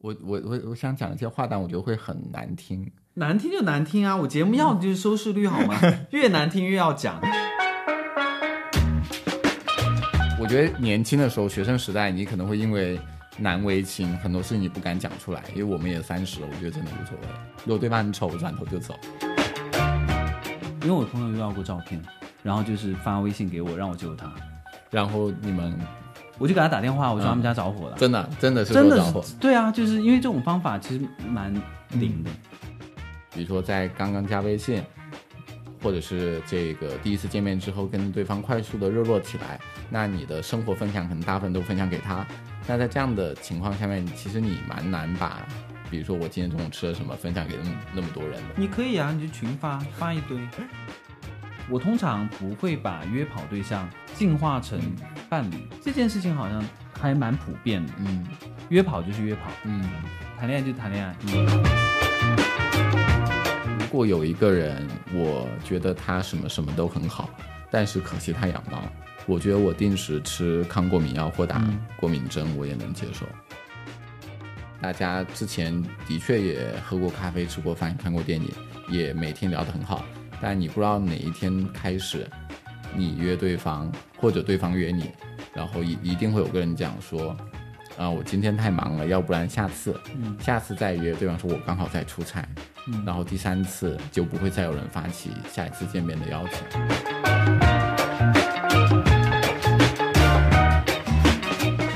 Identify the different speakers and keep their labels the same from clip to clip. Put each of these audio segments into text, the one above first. Speaker 1: 我我我我想讲一些话，但我觉得会很难听。
Speaker 2: 难听就难听啊！我节目要
Speaker 3: 嗯
Speaker 2: 的就是收视率好吗？ 越难听越要讲。
Speaker 1: 我觉得年轻的时候，学生时代，你可能会因为难为情，很多事情你不敢讲出来，因为我们也三十了，我觉得真的无所谓。如果对方很丑，我转头就走。
Speaker 3: 因为我朋友遇到过照片，然后就是发微信给我，让我救他，
Speaker 1: 然后你们
Speaker 3: 我就给他打电话，我说他们家着
Speaker 2: 嗯
Speaker 3: 火了，
Speaker 1: 真的真的是
Speaker 3: 真
Speaker 1: 多
Speaker 3: 的
Speaker 1: 着
Speaker 3: 是
Speaker 1: 火。
Speaker 3: 对啊，就是因为这种方法其实蛮灵
Speaker 2: 嗯
Speaker 3: 的，
Speaker 1: 比如说在刚刚加微信，或者是这个第一次见面之后跟对方快速的热络起来，那你的生活分享可能大部分都分享给他。那在这样的情况下面，其实你蛮难把，比如说我今天中午吃了什么分享给那么那么多人的。
Speaker 3: 你可以啊，你就群发发一堆。我通常不会把约跑对象进化成伴侣，这件事情好像还蛮普遍的。
Speaker 1: 嗯
Speaker 3: 约跑就是约跑，
Speaker 1: 嗯，
Speaker 3: 谈恋爱就谈恋爱。
Speaker 1: 如果有一个人，我觉得他什么什么都很好，但是可惜他养猫，我觉得我定时吃抗过敏药或打过敏针，我也能接受。大家之前的确也喝过咖啡、吃过饭、看过电影，也每天聊得很好，但你不知道哪一天开始，你约对方或者对方约你，然后一一定会有个人讲说，啊、我今天太忙了，要不然下次，下次再约。对方说我刚好在出差，然后第三次就不会再有人发起下一次见面的邀请。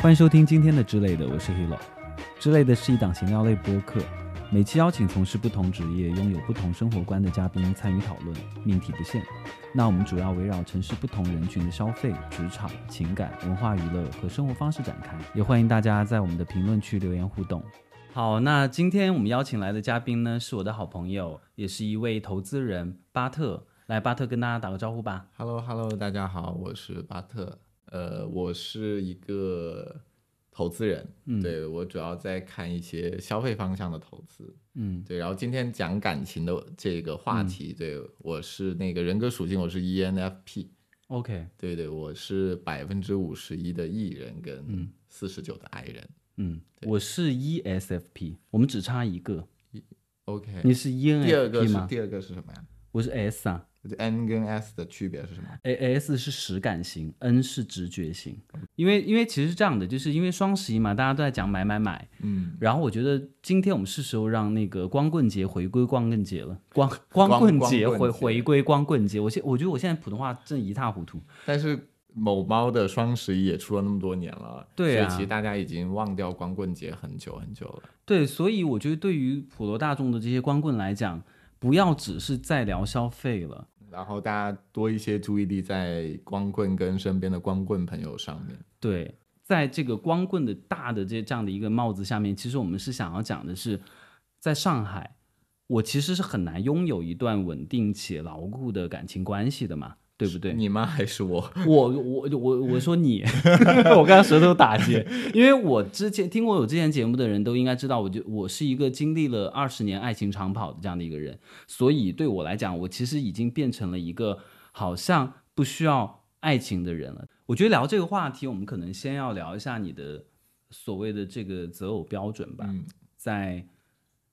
Speaker 3: 欢迎收听今天的《之类的》，我是 Hilo。之类的是一档闲聊类播客，每期邀请从事不同职业、拥有不同生活观的嘉宾参与讨论，命题不限。那我们主要围绕城市不同人群的消费、职场、情感、文化娱乐和生活方式展开，也欢迎大家在我们的评论区留言互动。好，那今天我们邀请来的嘉宾呢，是我的好朋友，也是一位投资人巴特。来，巴特跟大家打个招呼吧。
Speaker 1: h e l l o h e l l o 大家好，我是巴特，呃，我是一个投资人，
Speaker 3: 嗯
Speaker 1: 对我主要在看一些消费方向的投资，
Speaker 3: 嗯，
Speaker 1: 对，然后今天讲感情的这个话题，对我是那个人格属性，我是 E ENFP，
Speaker 3: OK，
Speaker 1: 对对，我是百分之五十一的 E 人跟四十九的 I 人、
Speaker 3: 嗯，我是 ESFP，我们只差一个。
Speaker 1: o k
Speaker 3: 你是 E
Speaker 1: 第二个
Speaker 3: ENFP
Speaker 1: 是
Speaker 3: 吗？
Speaker 1: 第二个是什么呀
Speaker 3: 我是 S 啊
Speaker 1: 就？N 跟 S 的区别是什么？
Speaker 3: ，A S 是实感型，N 是直觉型。因为因为其实是这样的，就是因为双十一嘛，大家都在讲买买买，
Speaker 1: 嗯，
Speaker 3: 然后我觉得今天我们是时候让那个光棍节回归光棍节了， 光光棍节
Speaker 1: 光
Speaker 3: 回
Speaker 1: 棍节
Speaker 3: 回归光棍节。我现我觉得我现在普通话真的一塌糊涂。
Speaker 1: 但是某猫的双十一也出了那么多年了，
Speaker 3: 对啊
Speaker 1: 所以其实大家已经忘掉光棍节很久很久了。
Speaker 3: 对，所以我觉得对于普罗大众的这些光棍来讲，不要只是在聊消费了。
Speaker 1: 然后大家多一些注意力在光棍跟身边的光棍朋友上面。
Speaker 3: 对，在这个光棍的大的这这样的一个帽子下面，其实我们是想要讲的是，在上海，我其实是很难拥有一段稳定且牢固的感情关系的嘛，对不对？
Speaker 1: 你妈还是我？
Speaker 3: 我我我我说你， 我刚刚舌头打结，因为我之前听过我之前节目的人都应该知道，我就我是一个经历了二十年爱情长跑的这样的一个人，所以对我来讲，我其实已经变成了一个好像不需要爱情的人了。我觉得聊这个话题，我们可能先要聊一下你的所谓的这个择偶标准吧，
Speaker 1: 嗯，
Speaker 3: 在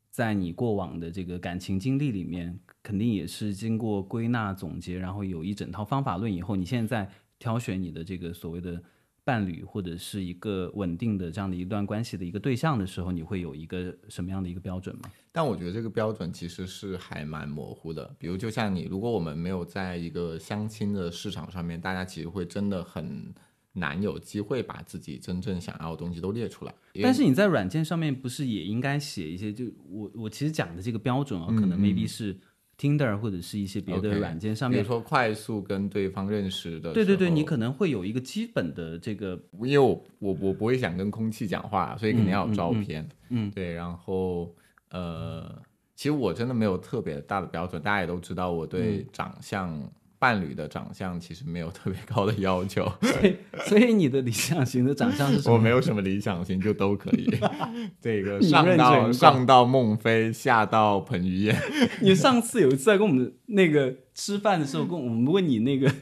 Speaker 3: 在你过往的这个感情经历里面，肯定也是经过归纳总结，然后有一整套方法论以后，你现在在挑选你的这个所谓的伴侣或者是一个稳定的这样的一段关系的一个对象的时候，你会有一个什么样的一个标准吗？
Speaker 1: 但我觉得这个标准其实是还蛮模糊的。比如，就像你，如果我们没有在一个相亲的市场上面，大家其实会真的很难有机会把自己真正想要的东西都列出来。因为
Speaker 3: 但是你在软件上面不是也应该写一些？就我我其实讲的这个标准啊，可能 maybe 是 Tinder 或者是一些别的
Speaker 1: 嗯 OK，
Speaker 3: 软件上
Speaker 1: 比
Speaker 3: 面
Speaker 1: 如说快速跟对方认识的时候，
Speaker 3: 对对对，你可能会有一个基本的这个
Speaker 1: 因为我我我不会想跟空气讲话，所以肯定要有照片。嗯，对，然后呃，其实我真的没有特别大的标准，大家也都知道我对长相、伴侣的长相其实没有特别高的要 求，
Speaker 3: 所以你的理想型的长相是什
Speaker 1: 我
Speaker 3: 么？
Speaker 1: 没有什么理想型，就都可以。 这个
Speaker 3: 你
Speaker 1: 上
Speaker 3: 认真
Speaker 1: 到
Speaker 3: 过
Speaker 1: 上到孟非，下到彭于晏，
Speaker 3: 你上次有一次在跟我们那个吃饭的时候，跟我们问你那个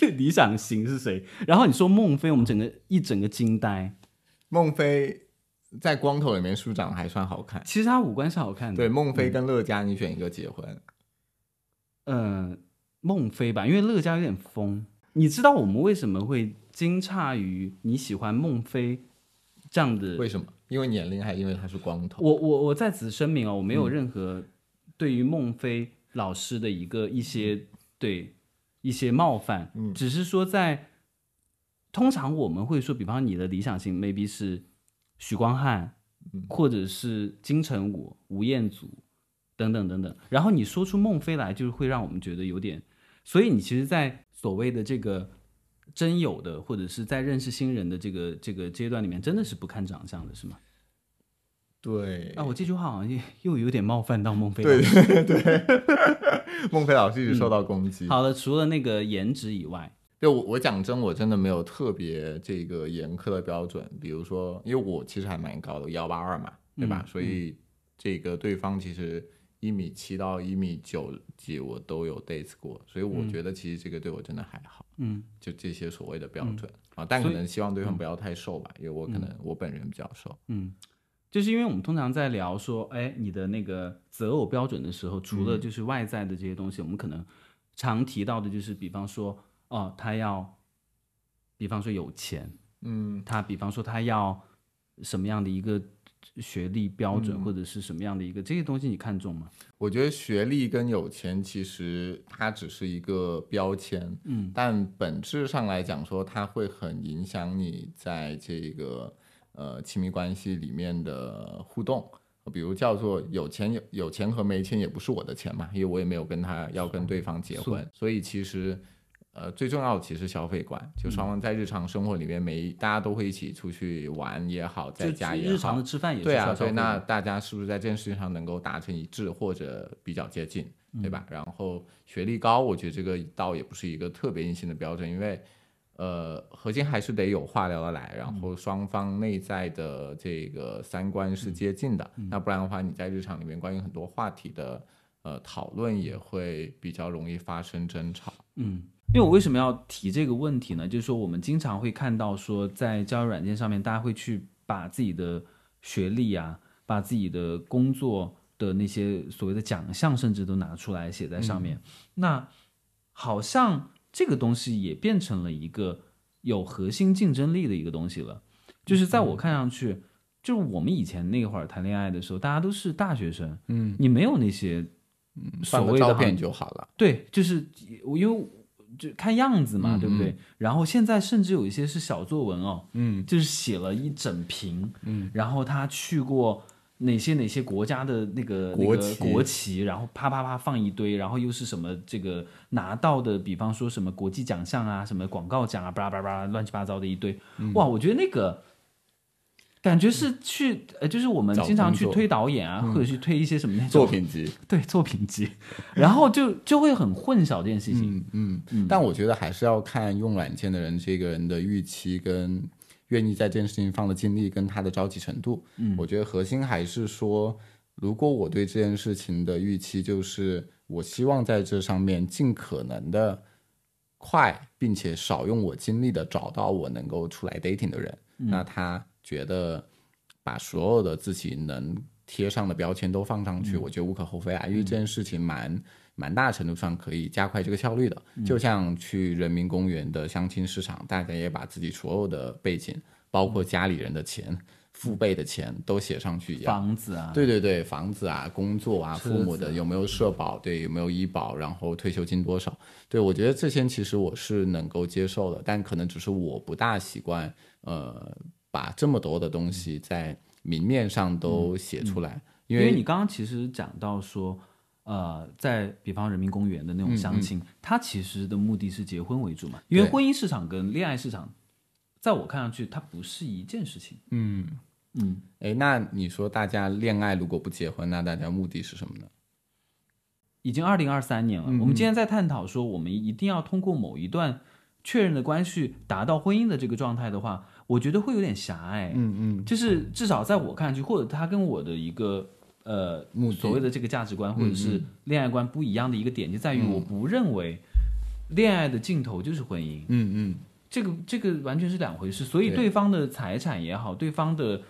Speaker 3: 理想型是谁，然后你说孟非，我们整个一整个惊呆。
Speaker 1: 孟非在光头里面舒长还算好看。
Speaker 3: 其实他五官是好看的。
Speaker 1: 对，孟非跟乐嘉，你选一个结婚。
Speaker 3: 呃，孟非吧，因为乐嘉有点疯。你知道我们为什么会惊诧于你喜欢孟非这样的？
Speaker 1: 为什么？因为年龄，还因为他是光头。嗯
Speaker 3: 我我我在此声明哦，我没有任何对于孟非老师的一个一些对一些冒犯，
Speaker 1: 嗯
Speaker 3: 只是说在通常我们会说，比方你的理想型 maybe 是许光汉，
Speaker 1: 嗯
Speaker 3: 或者是金城武、吴彦祖等等等等。然后你说出孟非来，就是会让我们觉得有点。所以你其实，在所谓的这个真有的，或者是在认识新人的这个这个阶段里面，真的是不看长相的，是吗？
Speaker 1: 对，
Speaker 3: 啊，我这句话好像又又有点冒犯到孟非老
Speaker 1: 对
Speaker 3: 师。
Speaker 1: 对 对，孟非老师一直受到攻击。
Speaker 3: 嗯好了，除了那个颜值以外，
Speaker 1: 就我我讲真，我真的没有特别这个严苛的标准，比如说，因为我其实还蛮高的，幺八二嘛，对吧？
Speaker 3: 嗯
Speaker 1: 所以这个对方其实一米七到一米九几，我都有 dates 过，所以我觉得其实这个对我真的还好，
Speaker 3: 嗯，
Speaker 1: 就这些所谓的标准、啊。但可
Speaker 3: 所以
Speaker 1: 能希望对方不要太瘦吧，因为我可能我本人比较瘦。
Speaker 3: 嗯，就是因为我们通常在聊说，哎，你的那个择偶标准的时候，除
Speaker 1: 嗯
Speaker 3: 了就是外在的这些东西，我们可能常提到的就是，比方说，哦、他要，比方说有钱，
Speaker 1: 嗯，
Speaker 3: 他比方说他要什么样的一个学历标
Speaker 1: 嗯
Speaker 3: 准，或者是什么样的一个这些东西，你看重吗？
Speaker 1: 我觉得学历跟有钱其实它只是一个标签，
Speaker 3: 嗯，
Speaker 1: 但本质上来讲说，它会很影响你在这个呃亲密关系里面的互动。比如叫做有钱有有钱和没钱也不是我的钱嘛，因为我也没有跟他要跟对方结婚，所以其实呃最重要的其实是消费观，
Speaker 3: 嗯
Speaker 1: 就双方在日常生活里面每一大家都会一起出去玩也好，在
Speaker 3: 就
Speaker 1: 家
Speaker 3: 吃
Speaker 1: 也好，
Speaker 3: 日常的吃饭也是
Speaker 1: 对
Speaker 3: 需要
Speaker 1: 啊，
Speaker 3: 消
Speaker 1: 所以
Speaker 3: 费
Speaker 1: 那
Speaker 3: 的。
Speaker 1: 大家是不是在这件事情上能够达成一致或者比较接近，
Speaker 3: 嗯
Speaker 1: 对吧？然后学历高，我觉得这个倒也不是一个特别硬性的标准，因为呃，核心还是得有话聊得来，
Speaker 3: 嗯
Speaker 1: 然后双方内在的这个三观是接近的，
Speaker 3: 嗯
Speaker 1: 那不然的话，你在日常里面关于很多话题的呃讨论也会比较容易发生争吵。
Speaker 3: 嗯，因为我为什么要提这个问题呢？就是说我们经常会看到说，在交友软件上面，大家会去把自己的学历啊，把自己的工作的那些所谓的奖项，甚至都拿出来写在上
Speaker 1: 嗯
Speaker 3: 面。那好像这个东西也变成了一个有核心竞争力的一个东西了。就是在
Speaker 1: 嗯
Speaker 3: 我看上去，就是我们以前那会儿谈恋爱的时候，大家都是大学生，嗯，你没有那些嗯所
Speaker 1: 放
Speaker 3: 谓
Speaker 1: 嗯个
Speaker 3: 的
Speaker 1: 照
Speaker 3: 行
Speaker 1: 片就好了，
Speaker 3: 对，就是我因为就看样子嘛，
Speaker 1: 嗯
Speaker 3: 对不对？然后现在甚至有一些是小作文哦，
Speaker 1: 嗯，
Speaker 3: 就是写了一整屏，嗯，然后他去过哪些哪些国家的那个
Speaker 1: 国
Speaker 3: 那个
Speaker 1: 旗
Speaker 3: 国旗，然后啪啪啪放一堆，然后又是什么这个拿到的，比方说什么国际奖项啊，什么广告奖啊，巴拉巴拉巴拉乱七八糟的一堆，
Speaker 1: 嗯
Speaker 3: 哇，我觉得那个。感觉是去，呃，就是我们
Speaker 1: 找
Speaker 3: 经常
Speaker 1: 工
Speaker 3: 去
Speaker 1: 作嗯
Speaker 3: 推导演啊，或者去推一些什么那种
Speaker 1: 作品集。
Speaker 3: 对作品集，然后就就会很混淆这件事情。
Speaker 1: 嗯，但我觉得还是要看用软件的人这个人的预期跟愿意在这件事情放的精力跟他的着急程度。嗯，我觉得核心还是说，如果我对这件事情的预期就是我希望在这上面尽可能的快，并且少用我精力的找到我能够出来 dating 的人，那他觉得把所有的自己能贴上的标签都放上去，我觉得无可厚非啊，因为这件事情蛮蛮大程度上可以加快这个效率的。就像去人民公园的相亲市场，大家也把自己所有的背景，包括家里人的钱、父辈的钱都写上去一样。
Speaker 3: 房子啊，
Speaker 1: 嗯对对对，房子啊、工作啊、
Speaker 3: 车
Speaker 1: 父母
Speaker 3: 子
Speaker 1: 的有没有社保，对，有没有医保，然后退休金多少，对我觉得这些其实我是能够接受的，但可能只是我不大习惯，呃，把这么多的东西在明面上都写出来，
Speaker 3: 因
Speaker 1: 因为
Speaker 3: 你刚刚其实讲到说，呃，在比方人民公园的那种相亲，它其实的目的是结婚为主嘛，因
Speaker 1: 嗯
Speaker 3: 为
Speaker 1: 对
Speaker 3: 婚姻市场跟恋爱市场，在我看上去它不是一件事情。
Speaker 1: 嗯
Speaker 3: 嗯，
Speaker 1: 哎，那你说大家恋爱如果不结婚，那大家目的是什么呢？
Speaker 3: 已经二零二三年了，
Speaker 1: 嗯
Speaker 3: 我们今天在探讨说，我们一定要通过某一段确认的关系达到婚姻的这个状态的话，我觉得会有点狭隘。
Speaker 1: 嗯嗯，
Speaker 3: 就是至少在我看去，或者他跟我的一个呃
Speaker 1: 目的
Speaker 3: 所谓的这个价值观或者
Speaker 1: 嗯
Speaker 3: 是恋爱观不一样的一个点，就在于我不认为恋爱的尽头就是婚姻，
Speaker 1: 嗯嗯，
Speaker 3: 这个这个完全是两回事。所以
Speaker 1: 对
Speaker 3: 对方的财产也好，对方的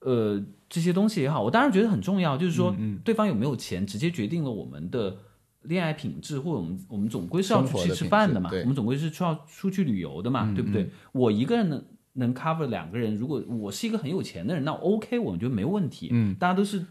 Speaker 3: 呃这些东西也好，我当然觉得很重要，就是说
Speaker 4: 嗯嗯
Speaker 3: 对方有没有钱，直接决定了我们的恋爱品质，或者我们我们总归是要
Speaker 1: 生
Speaker 3: 出
Speaker 1: 活
Speaker 3: 去
Speaker 1: 的
Speaker 3: 吃
Speaker 1: 品
Speaker 3: 饭
Speaker 1: 质
Speaker 3: 的嘛，
Speaker 1: 对嗯
Speaker 3: 我们总归是出要出去旅游的嘛，对不对？我一个人能能 cover 两个人，如果我是一个很有钱的人，那 OK，我觉得没问题，
Speaker 1: 嗯，
Speaker 3: 大家都是。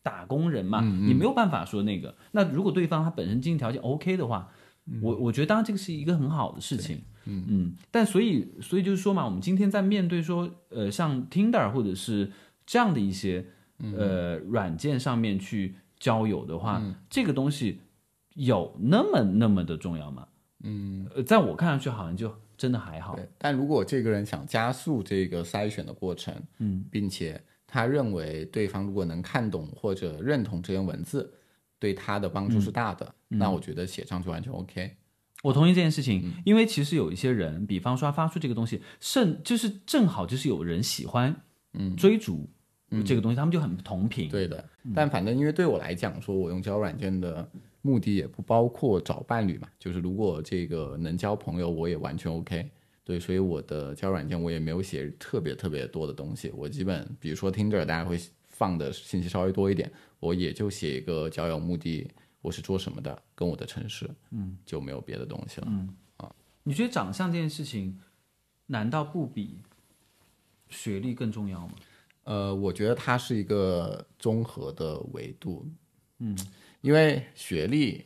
Speaker 3: 打工人嘛，
Speaker 1: 嗯嗯
Speaker 3: 你没有办法说那个。那如果对方他本身经济条件 OK 的话，
Speaker 1: 嗯
Speaker 3: 我我觉得当然这个是一个很好的事情，嗯但所以所以就是说嘛，我们今天在面对说呃像 Tinder 或者是这样的一些呃软件上面去交友的话，这个东西有那么那么的重要吗？嗯，呃，在我看上去好像就真的还好，
Speaker 1: 对，但如果这个人想加速这个筛选的过程，
Speaker 3: 嗯，
Speaker 1: 并且他认为对方如果能看懂或者认同这些文字，对他的帮助是大的，那我觉得写上去完全 OK。
Speaker 3: 我同意这件事情，因为其实有一些人，比方说他发出这个东西，甚就是正好就是有人喜欢，嗯，追逐这个东西，他们就很同频，
Speaker 1: 对的，但反正因为对我来讲，说我用交友软件的目的也不包括找伴侣嘛，就是如果这个能交朋友，我也完全 OK。对，所以我的交友软件我也没有写特别特别多的东西，我基本比如说 Tinder 大家会放的信息稍微多一点，我也就写一个交友目的，我是做什么的，跟我的城市，嗯，就没有别的东西了。
Speaker 3: 你觉得长相这件事情，难道不比学历更重要吗？
Speaker 1: 呃，我觉得它是一个综合的维度，嗯，因为学历，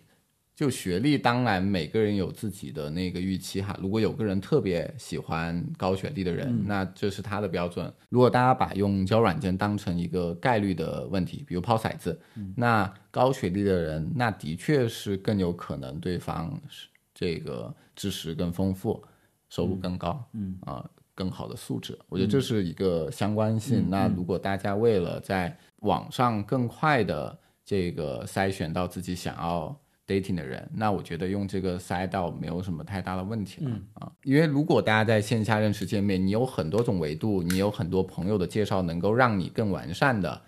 Speaker 1: 就学历，当然每个人有自己的那个预期哈。如果有个人特别喜欢高学历的人，那这是他的标准。如果大家把用交友软件当成一个概率的问题，比如抛骰子，那高学历的人，那的确是更有可能对方是这个知识更丰富，收入更高，嗯啊、更好的素质。我觉得这是一个相关性。那如果大家为了在网上更快的这个筛选到自己想要 dating 的人，那我觉得用这个筛到没有什么太大的问题了、
Speaker 3: 嗯
Speaker 1: 啊。因为如果大家在线下认识见面，你有很多种维度，你有很多朋友的介绍，能够让你更完善的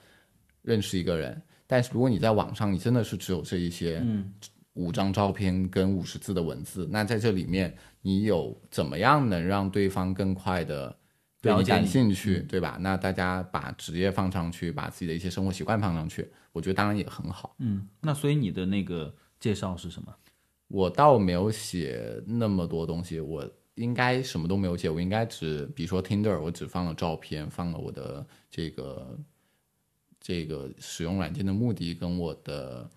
Speaker 1: 认识一个人。但是如果你在网上，你真的是只有这一些，
Speaker 3: 嗯
Speaker 1: 五张照片跟五十字的文字，那在这里面你有怎么样能让对方更快的对
Speaker 3: 了
Speaker 1: 你
Speaker 3: 解你嗯
Speaker 1: 感兴趣，对吧？那大家把职业放上去，把自己的一些生活习惯放上去，我觉得当然也很好。
Speaker 3: 嗯，那所以你的那个介绍是什么？
Speaker 1: 我倒没有写那么多东西，我应该什么都没有写，我应该只比如说 Tinder，我只放了照片，放了我的这个这个使用软件的目的跟我的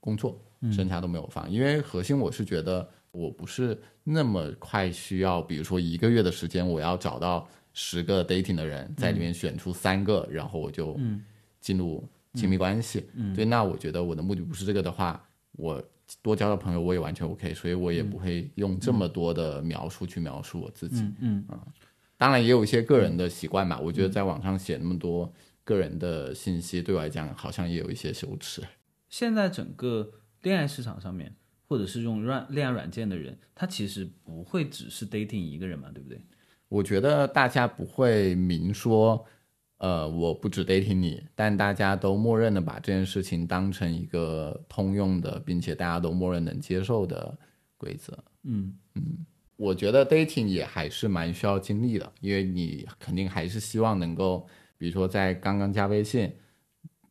Speaker 1: 工作，剩下都没有放，因为核心我是觉得我不是那么快需要，比如说一个月的时间，我要找到十个 dating 的人，在里面选出三个，然后我就进入亲密关系。对，那我觉得我的目的不是这个的话，我多交到朋友我也完全 OK，所以我也不会用这么多的描述去描述我自己。
Speaker 3: 嗯
Speaker 1: 当然也有一些个人的习惯吧，我觉得在网上写那么多个人的信息，对我来讲好像也有一些羞耻。
Speaker 3: 现在整个恋爱市场上面，或者是用软恋爱软件的人，他其实不会只是 dating 一个人嘛，对不对？
Speaker 1: 我觉得大家不会明说，呃，我不只 dating 你，但大家都默认的把这件事情当成一个通用的，并且大家都默认能接受的规则。
Speaker 3: 嗯
Speaker 1: 我觉得 dating 也还是蛮需要精力的，因为你肯定还是希望能够，比如说在刚刚加微信，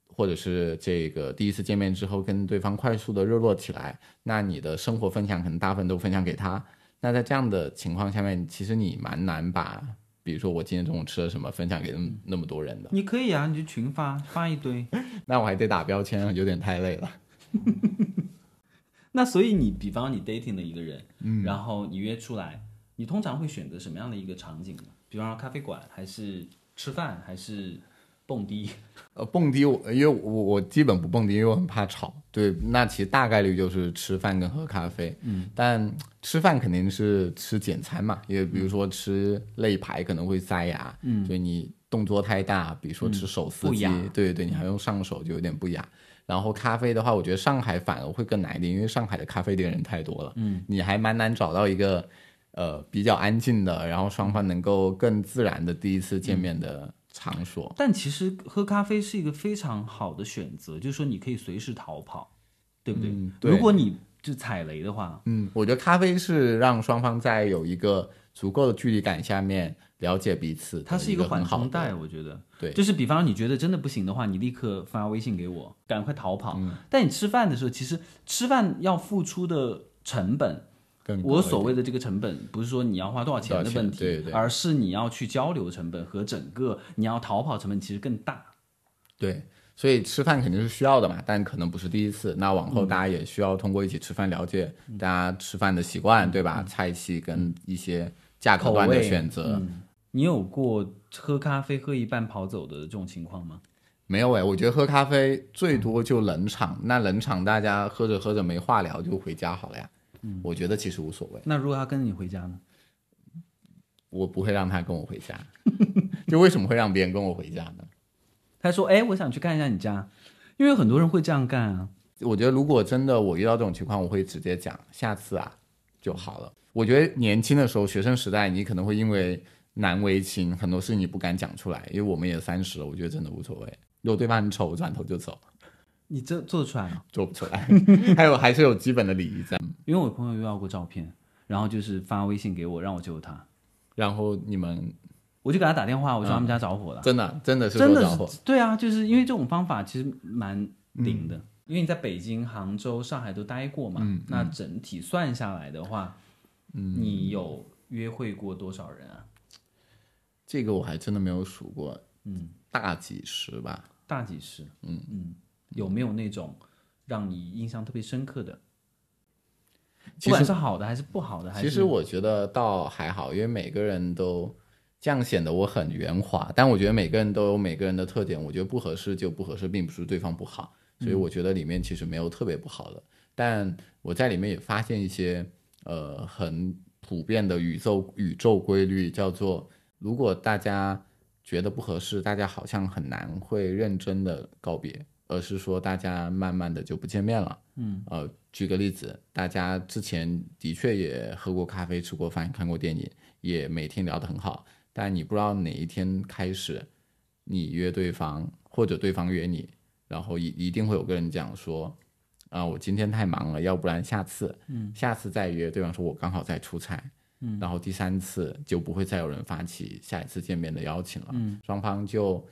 Speaker 1: 或者是这个第一次见面之后跟对方快速的热络起来，那你的生活分享可能大部分都分享给他。那在这样的情况下面，其实你蛮难把，比如说我今天中午吃了什么分享给那么那么多人的，
Speaker 2: 你可以啊，你就群发发一堆。
Speaker 1: 那我还得打标签，有点太累了。
Speaker 3: 那所以你比方你 dating 了一个人，嗯，然后你约出来，你通常会选择什么样的一个场景呢？比方说咖啡馆，还是吃饭，还是蹦迪？
Speaker 1: 呃，蹦迪我因为我我基本不蹦迪，因为我很怕吵。对，那其实大概率就是吃饭跟喝咖啡。嗯，但吃饭肯定是吃简餐嘛，因为比如说吃肋排可能会塞牙，嗯，所以你动作太大，比如说吃手撕
Speaker 3: 不
Speaker 1: 鸡，
Speaker 3: 雅
Speaker 1: 对对，你还用上手就有点不雅。然后咖啡的话，我觉得上海反而会更难一点，因为上海的咖啡店人太多了，嗯，你还蛮难找到一个呃比较安静的，然后双方能够更自然的第一次见面的场所。
Speaker 3: 但其实喝咖啡是一个非常好的选择，就是说你可以随时逃跑，对不对？
Speaker 1: 嗯对
Speaker 3: 如果你就踩雷的话，
Speaker 1: 嗯，我觉得咖啡是让双方在有一个足够的距离感下面了解彼此的，
Speaker 3: 它是
Speaker 1: 一
Speaker 3: 个
Speaker 1: 很
Speaker 3: 缓
Speaker 1: 好
Speaker 3: 冲
Speaker 1: 的
Speaker 3: 带，。我觉得。
Speaker 1: 对
Speaker 3: 就是比方你觉得真的不行的话，你立刻发微信给我，赶快逃跑。
Speaker 1: 嗯
Speaker 3: 但你吃饭的时候，其实吃饭要付出的成本，
Speaker 1: 更高
Speaker 3: 我
Speaker 1: 一
Speaker 3: 所
Speaker 1: 点
Speaker 3: 谓的这个成本，不是说你要花多少钱的问题，
Speaker 1: 多少钱对对
Speaker 3: 而是你要去交流成本和整个你要逃跑成本其实更大。
Speaker 1: 对，所以吃饭肯定是需要的嘛，但可能不是第一次。那往
Speaker 3: 嗯
Speaker 1: 后大家也需要通过一起吃饭了解大家吃饭的习
Speaker 3: 嗯
Speaker 1: 惯，对吧？菜系跟一些价格
Speaker 3: 口
Speaker 1: 段的
Speaker 3: 味嗯
Speaker 1: 选择。
Speaker 3: 你有过喝咖啡喝一半跑走的这种情况吗？
Speaker 1: 没有哎，我觉得喝咖啡最多就冷场，
Speaker 3: 嗯
Speaker 1: 那冷场大家喝着喝着没话聊就回家好了呀。
Speaker 3: 嗯
Speaker 1: 我觉得其实无所谓，
Speaker 3: 那如果他跟着你回家呢？
Speaker 1: 我不会让他跟我回家。 就为什么会让别人跟我回家呢？
Speaker 3: 他说：“哎，我想去看一下你家，因为很多人会这样干啊。
Speaker 1: 我觉得如果真的我遇到这种情况，我会直接讲下次啊就好了。我觉得年轻的时候，学生时代，你可能会因为难为情，很多事情你不敢讲出来，因为我们也三十了，我觉得真的无所谓。如果对方很丑，我转头就走，
Speaker 3: 你这做得出来吗？
Speaker 1: 做不出来。 还有还是有基本的礼仪在。
Speaker 3: 因为我朋友又要过照片，然后就是发微信给我，让我救他。
Speaker 1: 然后你们
Speaker 3: 我就给他打电话，我说他们家 着火了，
Speaker 1: 真的真的是
Speaker 3: 真
Speaker 1: 多嗯
Speaker 3: 的
Speaker 1: 着火，嗯
Speaker 3: 是对啊，就是因为这种方法其实蛮顶的，因为你在北京、杭州、上海都待过嘛，
Speaker 1: 嗯
Speaker 3: 那整体算下来的话，你有约会过多少人啊？
Speaker 1: 这个我还真的没有数过，嗯，大几十吧。
Speaker 3: 大几十，嗯嗯，有没有那种让你印象特别深刻的？
Speaker 1: 其
Speaker 3: 不管
Speaker 1: 实
Speaker 3: 是好的还是不好的，还是
Speaker 1: 其实我觉得倒还好，因为每个人都这样显得我很圆滑，但我觉得每个人都有每个人的特点，我觉得不合适就不合适，并不是对方不好，所
Speaker 3: 嗯
Speaker 1: 以我觉得里面其实没有特别不好的，但我在里面也发现一些呃很普遍的宇宙宇宙规律，叫做如果大家觉得不合适，大家好像很难会认真的告别，而是说大家慢慢的就不见面了。嗯，呃，举个例子，大家之前的确也喝过咖啡、吃过饭、看过电影，也每天聊得很好，但你不知道哪一天开始，你约对方或者对方约你，然后一一定会有个人讲说，啊、我今天太忙了，要不然下次，嗯，下次再约。对方说我刚好在出差，嗯，然后第三次就不会再有人发起下一次见面的邀请了，嗯，双方就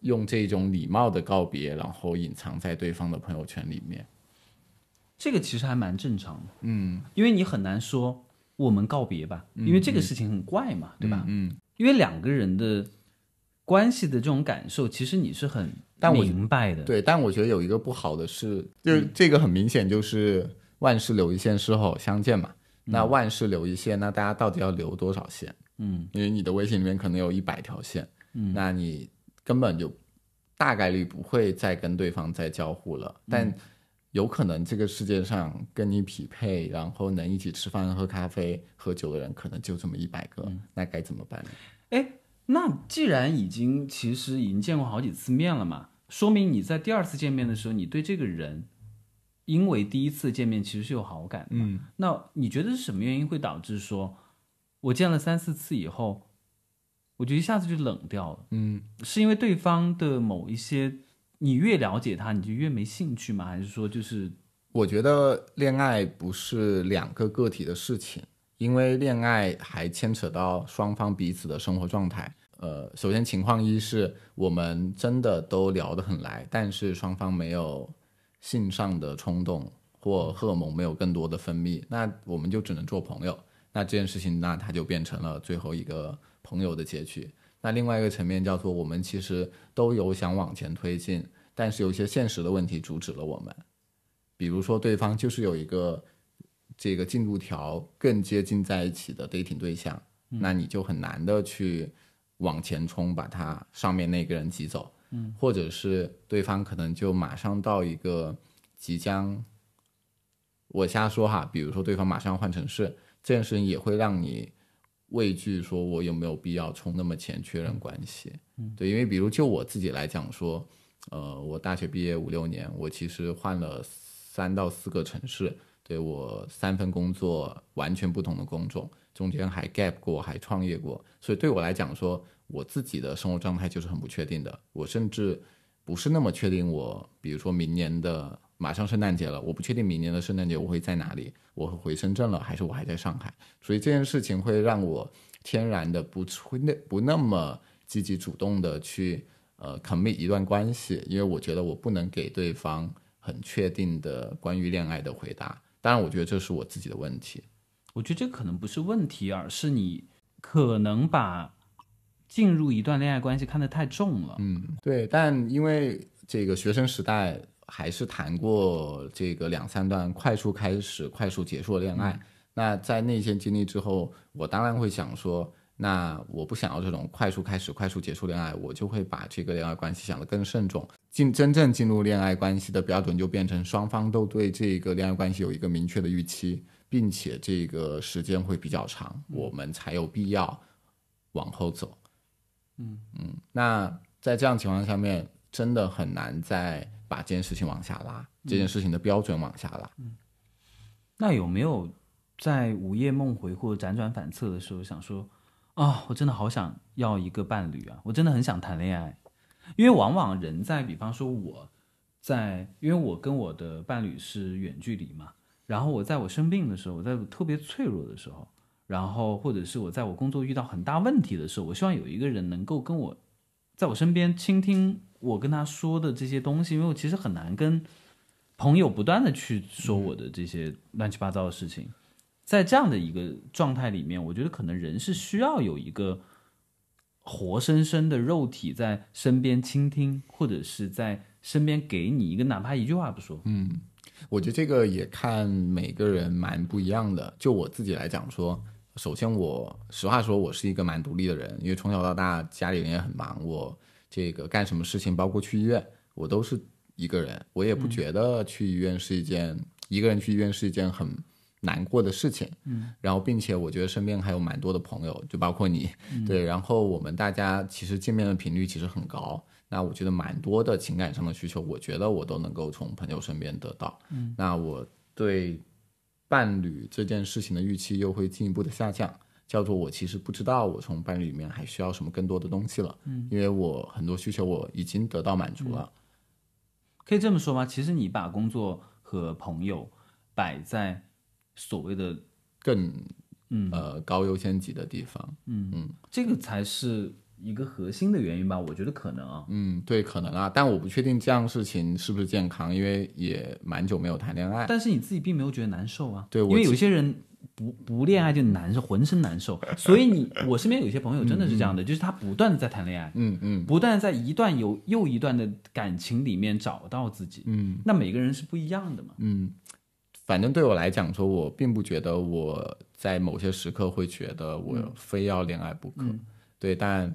Speaker 1: 用这种礼貌的告别，然后隐藏在对方的朋友圈里面。
Speaker 3: 这个其实还蛮正常的，嗯，因为你很难说我们告别吧，因为这个事情很怪嘛，对吧？
Speaker 1: 嗯，
Speaker 3: 因为两个人的关系的这种感受，其实你是很
Speaker 1: 但我
Speaker 3: 明白的，
Speaker 1: 对，嗯但我觉得有一个不好的是，就是这个很明显就是万事留一线，事后相见嘛。那万事留一线，那大家到底要留多少线？
Speaker 3: 嗯，
Speaker 1: 因为你的微信里面可能有一百条线，嗯，那你根本就大概率不会再跟对方再交互了，但有可能这个世界上跟你匹配，然后能一起吃饭、喝咖啡、喝酒的人，可能就这么一百个，那该怎么办呢？
Speaker 3: 哎，那既然已经其实已经见过好几次面了嘛，说明你在第二次见面的时候，你对这个人，因为第一次见面其实是有好感的嘛。
Speaker 1: 嗯
Speaker 3: 那你觉得是什么原因会导致说，我见了三四次以后，我就一下子就冷掉了？
Speaker 1: 嗯，
Speaker 3: 是因为对方的某一些，你越了解他，你就越没兴趣吗？还是说就是
Speaker 1: 我觉得恋爱不是两个个体的事情，因为恋爱还牵扯到双方彼此的生活状态。呃，首先情况一是我们真的都聊得很来，但是双方没有性上的冲动或荷尔蒙没有更多的分泌，那我们就只能做朋友。那这件事情，那它就变成了最后一个朋友的结局。那另外一个层面叫做，我们其实都有想往前推进，但是有一些现实的问题阻止了我们。比如说对方就是有一个这个进度条更接近在一起的 dating 对象，那你就很难的去往前冲，把他上面那个人挤走。嗯，或者是对方可能就马上到一个即将，我瞎说哈，比如说对方马上要换城市，这件事情也会让你畏惧，说我有没有必要冲那么前确认关系？嗯，对，因为比如就我自己来讲说，呃，我大学毕业五六年，我其实换了三到四个城市，对我三份工作，完全不同的工种，中间还 gap 过，还创业过，所以对我来讲说，我自己的生活状态就是很不确定的，我甚至不是那么确定我，比如说明年的马上圣诞节了，我不确定明年的圣诞节我会在哪里，我会回深圳了，还是我还在上海？所以这件事情会让我天然的不出那不那么积极主动的去呃 commit 一段关系，因为我觉得我不能给对方很确定的关于恋爱的回答。当然，我觉得这是我自己的问题。
Speaker 3: 我觉得这可能不是问题，而是你可能把进入一段恋爱关系看得太重了。
Speaker 1: 嗯，对，但因为这个学生时代还是谈过这个两三段快速开始、快速结束的恋爱。那在那些经历之后，我当然会想说，那我不想要这种快速开始、快速结束恋爱，我就会把这个恋爱关系想得更慎重。进真正进入恋爱关系的标准就变成双方都对这个恋爱关系有一个明确的预期，并且这个时间会比较长，我们才有必要往后走。嗯嗯，那在这样情况下面，真的很难再把这件事情往下拉，这件事情的标准往下拉。
Speaker 3: 那有没有在午夜梦回或辗转反侧的时候想说啊、我真的好想要一个伴侣啊，我真的很想谈恋爱，因为往往人在，比方说我在，因为我跟我的伴侣是远距离嘛，然后我在我生病的时候，我在我特别脆弱的时候，然后或者是我在我工作遇到很大问题的时候，我希望有一个人能够跟我在我身边倾听我跟他说的这些东西，因为我其实很难跟朋友不断的去说我的这些乱七八糟的事情。在这样的一个状态里面，我觉得可能人是需要有一个活生生的肉体在身边倾听，或者是在身边给你一个哪怕一句话不说，嗯，
Speaker 1: 我觉得这个也看每个人蛮不一样的。就我自己来讲说，首先我实话说，我是一个蛮独立的人，因为从小到大家里人也很忙，我这个干什么事情，包括去医院，我都是一个人，我也不觉得去医院是一件、一个人去医院是一件很。难过的事情，嗯，然后并且我觉得身边还有蛮多的朋友，就包括你，对，然后我们大家其实见面的频率其实很高，那我觉得蛮多的情感上的需求，我觉得我都能够从朋友身边得到。嗯，那我对伴侣这件事情的预期又会进一步的下降，叫做我其实不知道我从伴侣里面还需要什么更多的东西了。嗯，因为我很多需求我已经得到满足了。
Speaker 3: 可以这么说吗？其实你把工作和朋友摆在所谓的
Speaker 1: 更呃高优先级的地方，
Speaker 3: 这个才是一个核心的原因吧？我觉得可能啊，
Speaker 1: 嗯，对，可能啊，但我不确定这样事情是不是健康，因为也蛮久没有谈恋爱。
Speaker 3: 但是你自己并没有觉得难受啊。
Speaker 1: 对我
Speaker 3: 因为有些人不不恋爱就难受，浑身难 受。所以你我身边有些朋友真的是这样的，就是他不断的在谈恋爱，
Speaker 1: 嗯嗯
Speaker 3: 不断地在一段又又一段的感情里面找到自己。
Speaker 1: 嗯
Speaker 3: 那每个人是不一样的嘛。
Speaker 1: 嗯，反正对我来讲说，我并不觉得我在某些时刻会觉得我非要恋爱不可。对，但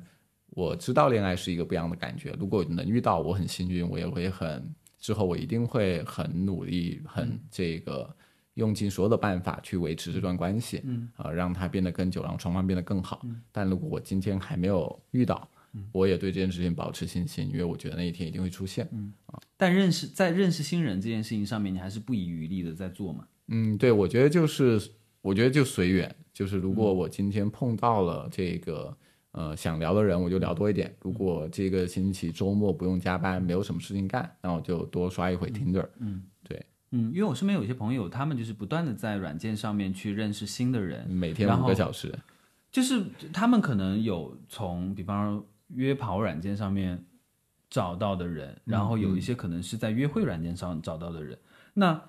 Speaker 1: 我知道恋爱是一个不一样的感觉。如果能遇到，我很幸运，我也会很之后我一定会很努力，很这个用尽所有的办法去维持这段关系，嗯，啊、让它变得更久，让双方变得更好。但如果我今天还没有遇到，我也对这件事情保持信心，因为我觉得那一天一定会出现。
Speaker 3: 但认识在认识新人这件事情上面，你还是不遗余力的在做嘛。
Speaker 1: 嗯，对，我觉得就是，我觉得就随缘。就是如
Speaker 3: 嗯
Speaker 1: 果我今天碰到了这个、呃想聊的人，我就聊多一点；如果这个星期周末不用加班，没有什么事情干，那我就多刷一回 Tinder。
Speaker 3: 嗯，因为我身边有一些朋友，他们就是不断的在软件上面去认识新的人，
Speaker 1: 每天
Speaker 3: 然
Speaker 1: 五
Speaker 3: 后
Speaker 1: 个小时。
Speaker 3: 就是他们可能有从比方说约跑软件上面找到的人，
Speaker 1: 嗯
Speaker 3: 然后有一些可能是在约会软件上找到的人。那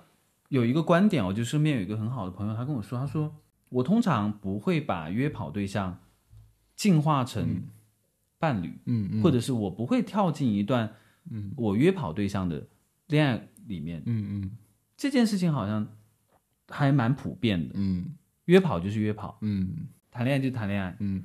Speaker 3: 有一个观点哦，我就身边有一个很好的朋友，他跟我说，他说我通常不会把约跑对象进化成伴侣，
Speaker 1: 嗯嗯
Speaker 3: 或者是我不会跳进一段我约跑对象的恋爱里面。
Speaker 1: 嗯
Speaker 3: 这件事情好像还蛮普遍的，
Speaker 1: 嗯
Speaker 3: 约跑就是约跑，
Speaker 1: 嗯
Speaker 3: 谈恋爱就谈恋爱。
Speaker 1: 嗯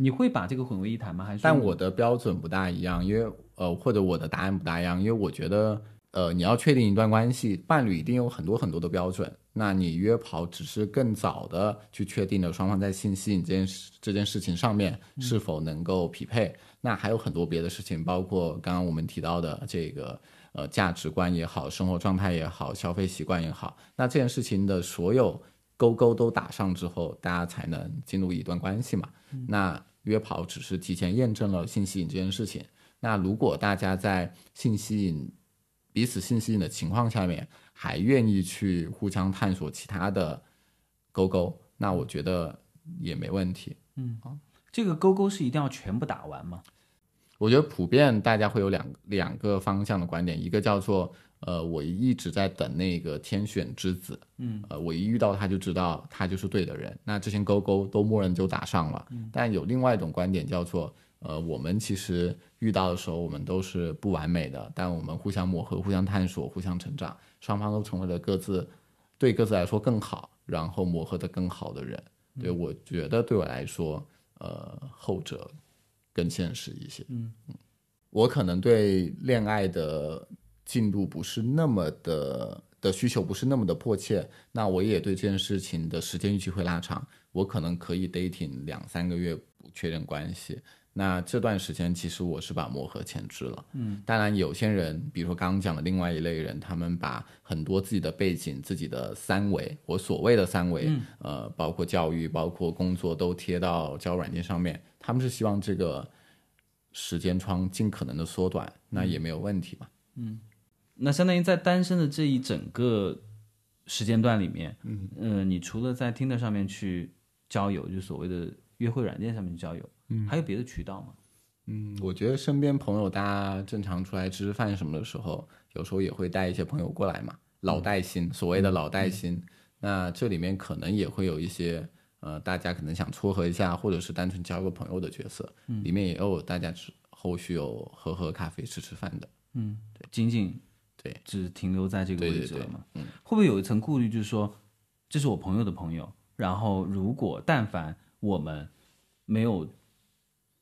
Speaker 3: 你会把这个混为一谈吗？还是？
Speaker 1: 但我的标准不大一样，因为呃，或者我的答案不大一样，因为我觉得呃，你要确定一段关系，伴侣一定有很多很多的标准。那你约跑只是更早的去确定了双方在性吸引这件事这件事情上面
Speaker 3: 嗯
Speaker 1: 是否能够匹配。那还有很多别的事情，包括刚刚我们提到的这个呃价值观也好，生活状态也好，消费习惯也好。那这件事情的所有勾勾都打上之后，大家才能进入一段关系嘛。那约跑只是提前验证了性吸引这件事情。那如果大家在性吸引彼此性吸引的情况下面，还愿意去互相探索其他的勾勾，那我觉得也没问题。
Speaker 3: 这个勾勾是一定要全部打完吗？
Speaker 1: 我觉得普遍大家会有两两个方向的观点，一个叫做呃，我一直在等那个天选之子，嗯，呃，我一遇到他就知道他就是对的人，那这些勾勾都默认就打上了。但有另外一种观点叫做，呃，我们其实遇到的时候，我们都是不完美的，但我们互相磨合、互相探索、互相成长，双方都成为了各自对各自来说更好，然后磨合的更好的人。对我觉得对我来说，呃，后者更现实一些。我可能对恋爱的进度不是那么的的需求不是那么的迫切，那我也对这件事情的时间预期会拉长，我可能可以 dating 两三个月不确认关系。那这段时间其实我是把磨合前置了，嗯，当然有些人，比如说刚刚讲的另外一类人，他们把很多自己的背景、自己的三维，我所谓的三维，呃，包括教育、包括工作都贴到交友软件上面，他们是希望这个时间窗尽可能的缩短，那也没有问题嘛。
Speaker 3: 那相当于在单身的这一整个时间段里面，嗯，呃，你除了在 Tinder 上面去交友，就所谓的约会软件上面去交友，嗯，还有别的渠道吗？
Speaker 1: 嗯，我觉得身边朋友大家正常出来吃吃饭什么的时候，有时候也会带一些朋友过来嘛，老带新，所谓的老带新。那这里面可能也会有一些呃，大家可能想撮合一下，或者是单纯交个朋友的角色，里面也有大家吃后续有喝喝咖啡、吃吃饭的。
Speaker 3: 仅仅
Speaker 1: 对
Speaker 3: 只停留在这个
Speaker 1: 对
Speaker 3: 位
Speaker 1: 对
Speaker 3: 置
Speaker 1: 对
Speaker 3: 了吗？会不会有一层顾虑，就是说这是我朋友的朋友，然后如果但凡我们没有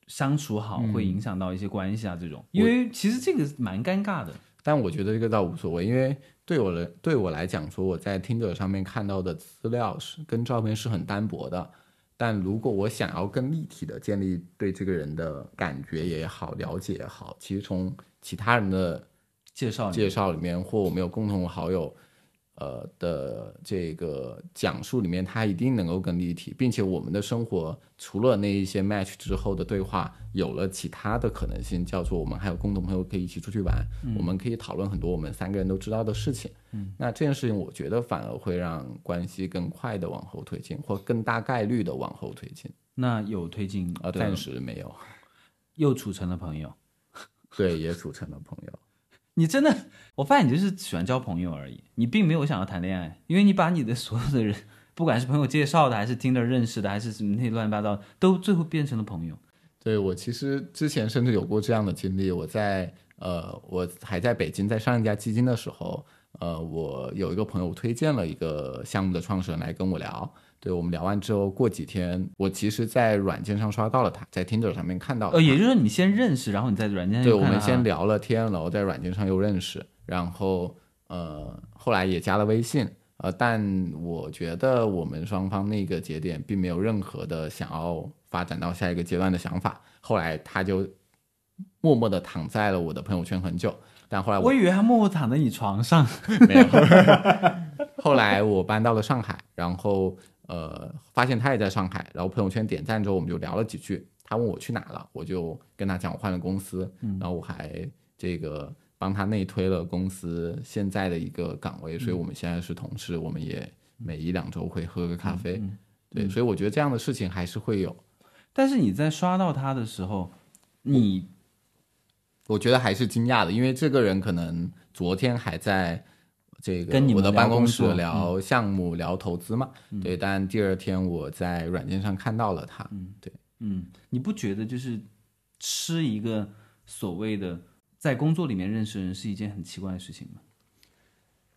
Speaker 3: 相处好，会影响到一些关系啊这种，因为其实这个蛮尴尬的，
Speaker 1: 但我觉得这个倒无所谓，因为对我来对我来讲说，我在 Tinder 上面看到的资料是跟照片是很单薄的。但如果我想要更立体的建立对这个人的感觉也好、了解也好，其实从其他人的
Speaker 3: 介绍啊你
Speaker 1: 介绍里面，或我们有共同好友，呃的这个讲述里面，它一定能够更立体，并且我们的生活除了那一些 match 之后的对话，有了其他的可能性，叫做我们还有共同朋友可以一起出去玩，我们可以讨论很多我们三个人都知道的事情。嗯，那这件事情我觉得反而会让关系更快的往后推进，或更大概率的往后推进。
Speaker 3: 那有推进
Speaker 1: 呃，
Speaker 3: 的
Speaker 1: 暂时没有，
Speaker 3: 又处成了朋友。
Speaker 1: 对，也组成了朋友。
Speaker 3: 你真的，我发现你就是喜欢交朋友而已，你并没有想要谈恋爱，因为你把你的所有的人，不管是朋友介绍的，还是听着认识的，还是什么那乱七八糟，都最后变成了朋友。
Speaker 1: 对我其实之前甚至有过这样的经历，我在呃，我还在北京，在上一家基金的时候，呃，我有一个朋友推荐了一个项目的创始人来跟我聊，对我们聊完之后，过几天我其实，在软件上刷到了他，在 Tinder 上面看到了他，
Speaker 3: 呃，也就是说你先认识，然后你在软件上
Speaker 1: 对，
Speaker 3: 又
Speaker 1: 我
Speaker 3: 看啊
Speaker 1: 们
Speaker 3: 到
Speaker 1: 先
Speaker 3: 他
Speaker 1: 聊了天，然后在软件上又认识，然后呃，后来也加了微信，呃，但我觉得我们双方那个节点并没有任何的想要发展到下一个阶段的想法。后来他就默默的躺在了我的朋友圈很久，但后来
Speaker 3: 我以为他默默躺在你床上，
Speaker 1: 没有。后来我搬到了上海，然后呃，发现他也在上海，然后朋友圈点赞之后，我们就聊了几句。他问我去哪了，我就跟他讲我换了公司，然后我还这个帮他内推了公司现在的一个岗位，所以我们现在是同事，我们也每一两周会喝个咖啡。对，所以我觉得这样的事情还是会有，
Speaker 3: 但是你在刷到他的时候，你
Speaker 1: 我觉得还是惊讶的，因为这个人可能昨天还在这个
Speaker 3: 跟你
Speaker 1: 我
Speaker 3: 们
Speaker 1: 的办公
Speaker 3: 聊
Speaker 1: 室
Speaker 3: 工作嗯
Speaker 1: 聊项目、聊投资嘛，对，但第二天我在软件上看到了他，对，
Speaker 3: 嗯，你不觉得就是吃一个所谓的在工作里面认识人是一件很奇怪的事情吗？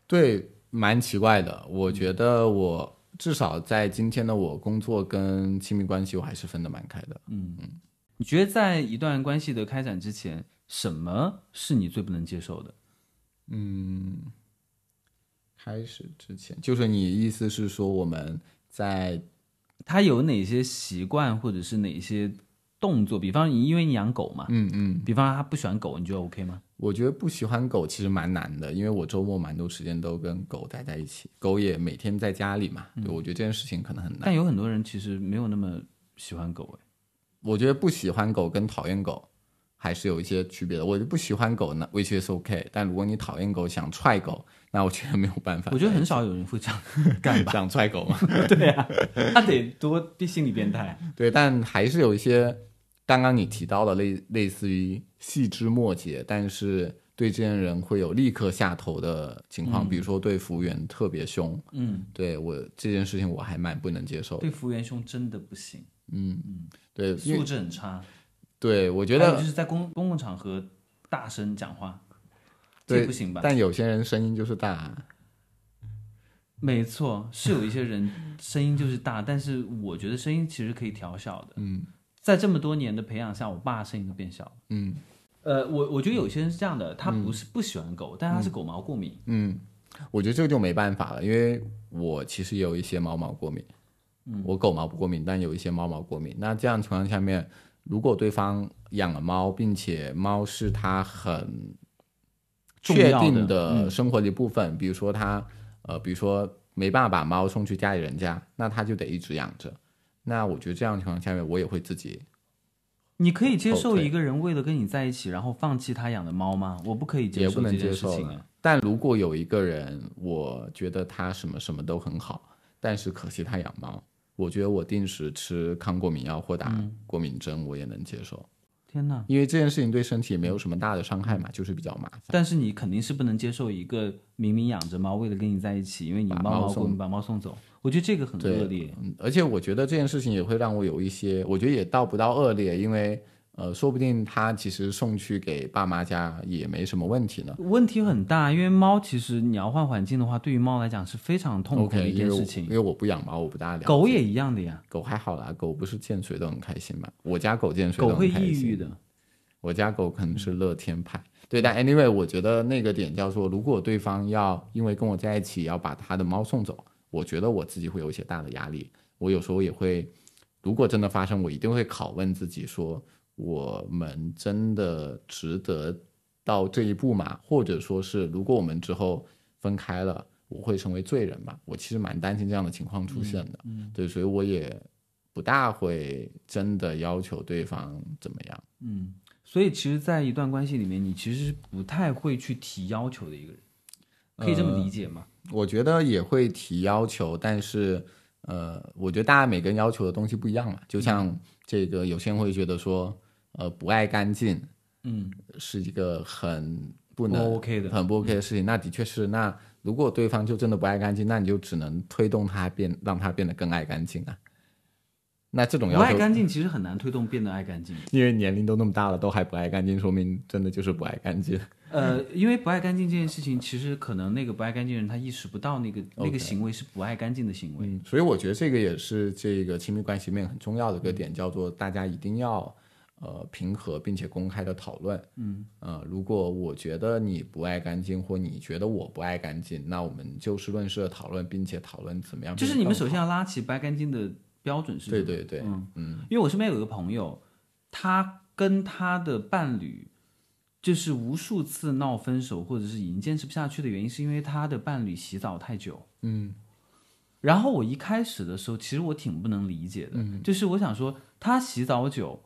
Speaker 1: 对，蛮奇怪的。
Speaker 3: 嗯
Speaker 1: 我觉得我至少在今天的我工作跟亲密关系，我还是分得蛮开的。
Speaker 3: 嗯你觉得在一段关系的开展之前，什么是你最不能接受的？
Speaker 1: 开始之前，就是你意思是说我们在
Speaker 3: 他有哪些习惯或者是哪些动作？比方你因为你养狗嘛，
Speaker 1: 嗯嗯。
Speaker 3: 比方他不喜欢狗，你觉得 OK 吗？
Speaker 1: 我觉得不喜欢狗其实蛮难的，因为我周末蛮多时间都跟狗待在一起，狗也每天在家里嘛。
Speaker 3: 嗯
Speaker 1: 对，我觉得这件事情可能很难。
Speaker 3: 但有很多人其实没有那么喜欢狗，哎，
Speaker 1: 我觉得不喜欢狗跟讨厌狗，还是有一些区别的。我就不喜欢狗，那 which is OK。但如果你讨厌狗，想踹狗，那我觉得没有办法。
Speaker 3: 我觉得很少有人会 这样干吧？
Speaker 1: 想踹狗嘛，
Speaker 3: 对啊，他得多变心理变态。嗯
Speaker 1: 对，但还是有一些刚刚你提到的类类似于细枝末节，但是对这些人会有立刻下头的情况，比如说对服务员特别凶，
Speaker 3: 嗯，
Speaker 1: 对我这件事情我还蛮不能接受的。
Speaker 3: 对服务员凶真的不行，
Speaker 1: 对，因为
Speaker 3: 素质很差。
Speaker 1: 对我觉
Speaker 3: 还有
Speaker 1: 得
Speaker 3: 就是在公公共场合大声讲话，
Speaker 1: 对
Speaker 3: 这不行吧？
Speaker 1: 但有些人声音就是大啊，
Speaker 3: 没错，是有一些人声音就是大，但是我觉得声音其实可以调小的。
Speaker 1: 嗯
Speaker 3: 在这么多年的培养下，我爸声音都变小了。嗯
Speaker 1: 嗯
Speaker 3: 呃，我我觉得有些人是这样的，他不是不喜欢狗，但他是狗毛过敏。
Speaker 1: 嗯，我觉得这个就没办法了，因为我其实也有一些猫毛过敏，
Speaker 3: 嗯
Speaker 1: 我狗毛不过敏，但有一些猫毛过敏。那这样情况下面，如果对方养了猫，并且猫是他很
Speaker 3: 重
Speaker 1: 确
Speaker 3: 要
Speaker 1: 定
Speaker 3: 的嗯
Speaker 1: 的生活的一部分，比如说他呃，比如说没办法把猫送去家里人家，那他就得一直养着。那我觉得这样情况下面，我也会自己
Speaker 3: 你可以接受
Speaker 1: 后退
Speaker 3: 一个人为了跟你在一起，然后放弃他养的猫吗？我不可以接
Speaker 1: 也
Speaker 3: 受
Speaker 1: 不
Speaker 3: 这
Speaker 1: 能
Speaker 3: 件
Speaker 1: 接
Speaker 3: 事
Speaker 1: 受
Speaker 3: 情
Speaker 1: 了
Speaker 3: 啊。
Speaker 1: 但如果有一个人，我觉得他什么什么都很好，但是可惜他养猫，我觉得我定时吃抗过敏药或打
Speaker 3: 嗯
Speaker 1: 过敏针，我也能接受，
Speaker 3: 天哪！
Speaker 1: 因为这件事情对身体也没有什么大的伤害嘛，就是比较麻烦。
Speaker 3: 但是你肯定是不能接受一个明明养着猫，为了跟你在一起，因为你
Speaker 1: 把
Speaker 3: 猫
Speaker 1: 猫
Speaker 3: 毛过敏
Speaker 1: 送
Speaker 3: 把猫送走，我觉得这个很
Speaker 1: 对
Speaker 3: 恶劣。
Speaker 1: 嗯，而且我觉得这件事情也会让我有一些，我觉得也到不到恶劣，因为呃，说不定他其实送去给爸妈家也没什么问题呢。
Speaker 3: 问题很大，因为猫其实你要换环境的话，对于猫来讲是非常痛苦的
Speaker 1: OK，因
Speaker 3: 一件
Speaker 1: 为我
Speaker 3: 事
Speaker 1: 因
Speaker 3: 情。
Speaker 1: 为我不养猫，我不大了解。
Speaker 3: 狗也一样的呀，
Speaker 1: 狗还好啦，狗不是见谁都很开心嘛。我家狗见谁
Speaker 3: 狗
Speaker 1: 都
Speaker 3: 会
Speaker 1: 很开
Speaker 3: 抑
Speaker 1: 心
Speaker 3: 郁的。
Speaker 1: 我家狗可能是乐天派，对。但 anyway，我觉得那个点叫做，如果对方要因为跟我在一起要把他的猫送走，我觉得我自己会有一些大的压力。我有时候也会，如果真的发生，我一定会拷问自己说，我们真的值得到这一步吗？或者说是，如果我们之后分开了，我会成为罪人吗？我其实蛮担心这样的情况出现的，对，所以我也不大会真的要求对方怎么样。
Speaker 3: 所以其实，在一段关系里面，你其实是不太会去提要求的一个人，
Speaker 1: 呃
Speaker 3: 可以这么理解吗？
Speaker 1: 我觉得也会提要求，但是呃，我觉得大家每个人要求的东西不一样嘛。就像这个，有些人会觉得说，呃，不爱干净，
Speaker 3: 嗯，
Speaker 1: 是一个很不
Speaker 3: 不
Speaker 1: 能
Speaker 3: OK 的嗯
Speaker 1: 很不 OK 的事情。那的确是，那如果对方就真的不爱干净，那你就只能推动他变，让他变得更爱干净啊。那这种
Speaker 3: 不
Speaker 1: 要
Speaker 3: 爱
Speaker 1: 求，
Speaker 3: 干净其实很难推动变得爱 干净。
Speaker 1: 因为年龄都那么大了，都还不爱干净，说明真的就是不爱干净。
Speaker 3: 呃，因为不爱干净这件事情，其实可能那个不爱干净的人他意识不到那个那个
Speaker 1: OK
Speaker 3: 行为是不爱干净的行为。
Speaker 1: 嗯，所以我觉得这个也是这个亲密关系里面很重要的一个
Speaker 3: 嗯
Speaker 1: 点，叫做大家一定要呃平和并且公开的讨论。嗯，呃，如果我觉得你不爱干净，或你觉得我不爱干净，那我们就事论事的讨论，并且讨论怎么样。
Speaker 3: 就是你们首先要拉起不爱干净的标准是什
Speaker 1: 对
Speaker 3: 么？
Speaker 1: 对对，嗯
Speaker 3: 因为我身边有一个朋友，他跟他的伴侣就是无数次闹分手，或者是已经坚持不下去的原因，是因为他的伴侣洗澡太久。
Speaker 1: 嗯
Speaker 3: 然后我一开始的时候，其实我挺不能理解的，就是我想说他洗澡久，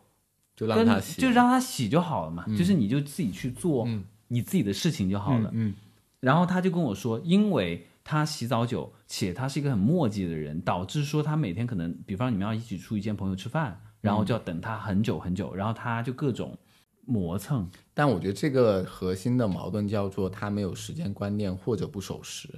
Speaker 1: 就让他
Speaker 3: 跟
Speaker 1: 洗，
Speaker 3: 就让他洗嗯就好了嘛，就是你就自己去做你自己的事情就好了。
Speaker 1: 嗯
Speaker 3: 然后他就跟我说，因为他洗澡久，且他是一个很磨叽的人，导致说他每天可能，比方你们要一起出去见朋友吃饭，然后就要等他很久很久，然后他就各种磨蹭。
Speaker 1: 但我觉得这个核心的矛盾叫做他没有时间观念或者不守时，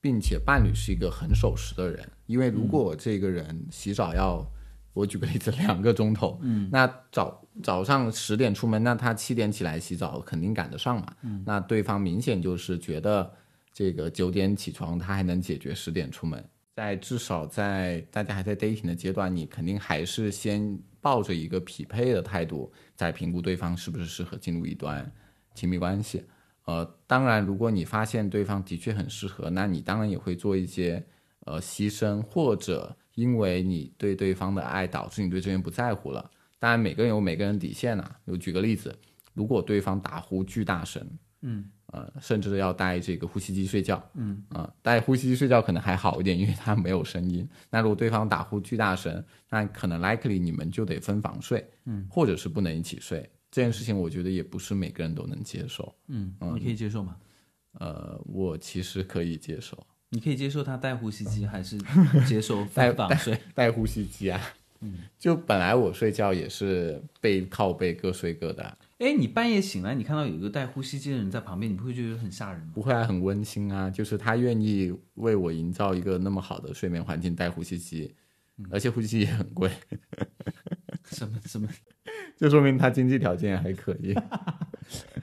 Speaker 1: 并且伴侣是一个很守时的人。因为如果这个人洗澡要，我举个例子，两个钟头，嗯，那早早上十点出门，那他七点起来洗澡肯定赶得上嘛。嗯，那对方明显就是觉得这个九点起床，他还能解决十点出门。在至少在大家还在 dating 的阶段，你肯定还是先抱着一个匹配的态度，再评估对方是不是适合进入一段亲密关系。呃，当然，如果你发现对方的确很适合，那你当然也会做一些呃牺牲，或者因为你对对方的爱导致你对这个人不在乎了。当然，每个人有每个人底线呐、我举个例子，如果对方打呼巨大声，嗯，呃，甚至要带这个呼吸机睡觉，嗯，啊、带呼吸机睡觉可能还好一点，因为它没有声音。那如果对方打呼巨大声，那可能 likely 你们就得分房睡，嗯，或者是不能一起睡，这件事情，我觉得也不是每个人都能接受。
Speaker 3: 嗯，你可以接受吗？
Speaker 1: 呃，我其实可以接受
Speaker 3: 你可以接受他戴呼吸机，还是接受
Speaker 1: 戴
Speaker 3: 分房睡？
Speaker 1: 戴呼吸机啊。就本来我睡觉也是背靠背各睡各的啊，
Speaker 3: 哎，你半夜醒来，你看到有一个戴呼吸机的人在旁边，你不会觉得很吓人吗？
Speaker 1: 不会啊，很温馨啊，就是他愿意为我营造一个那么好的睡眠环境，带呼吸机，而且呼吸机也很贵，
Speaker 3: 什么什么？
Speaker 1: 就说明他经济条件还可以。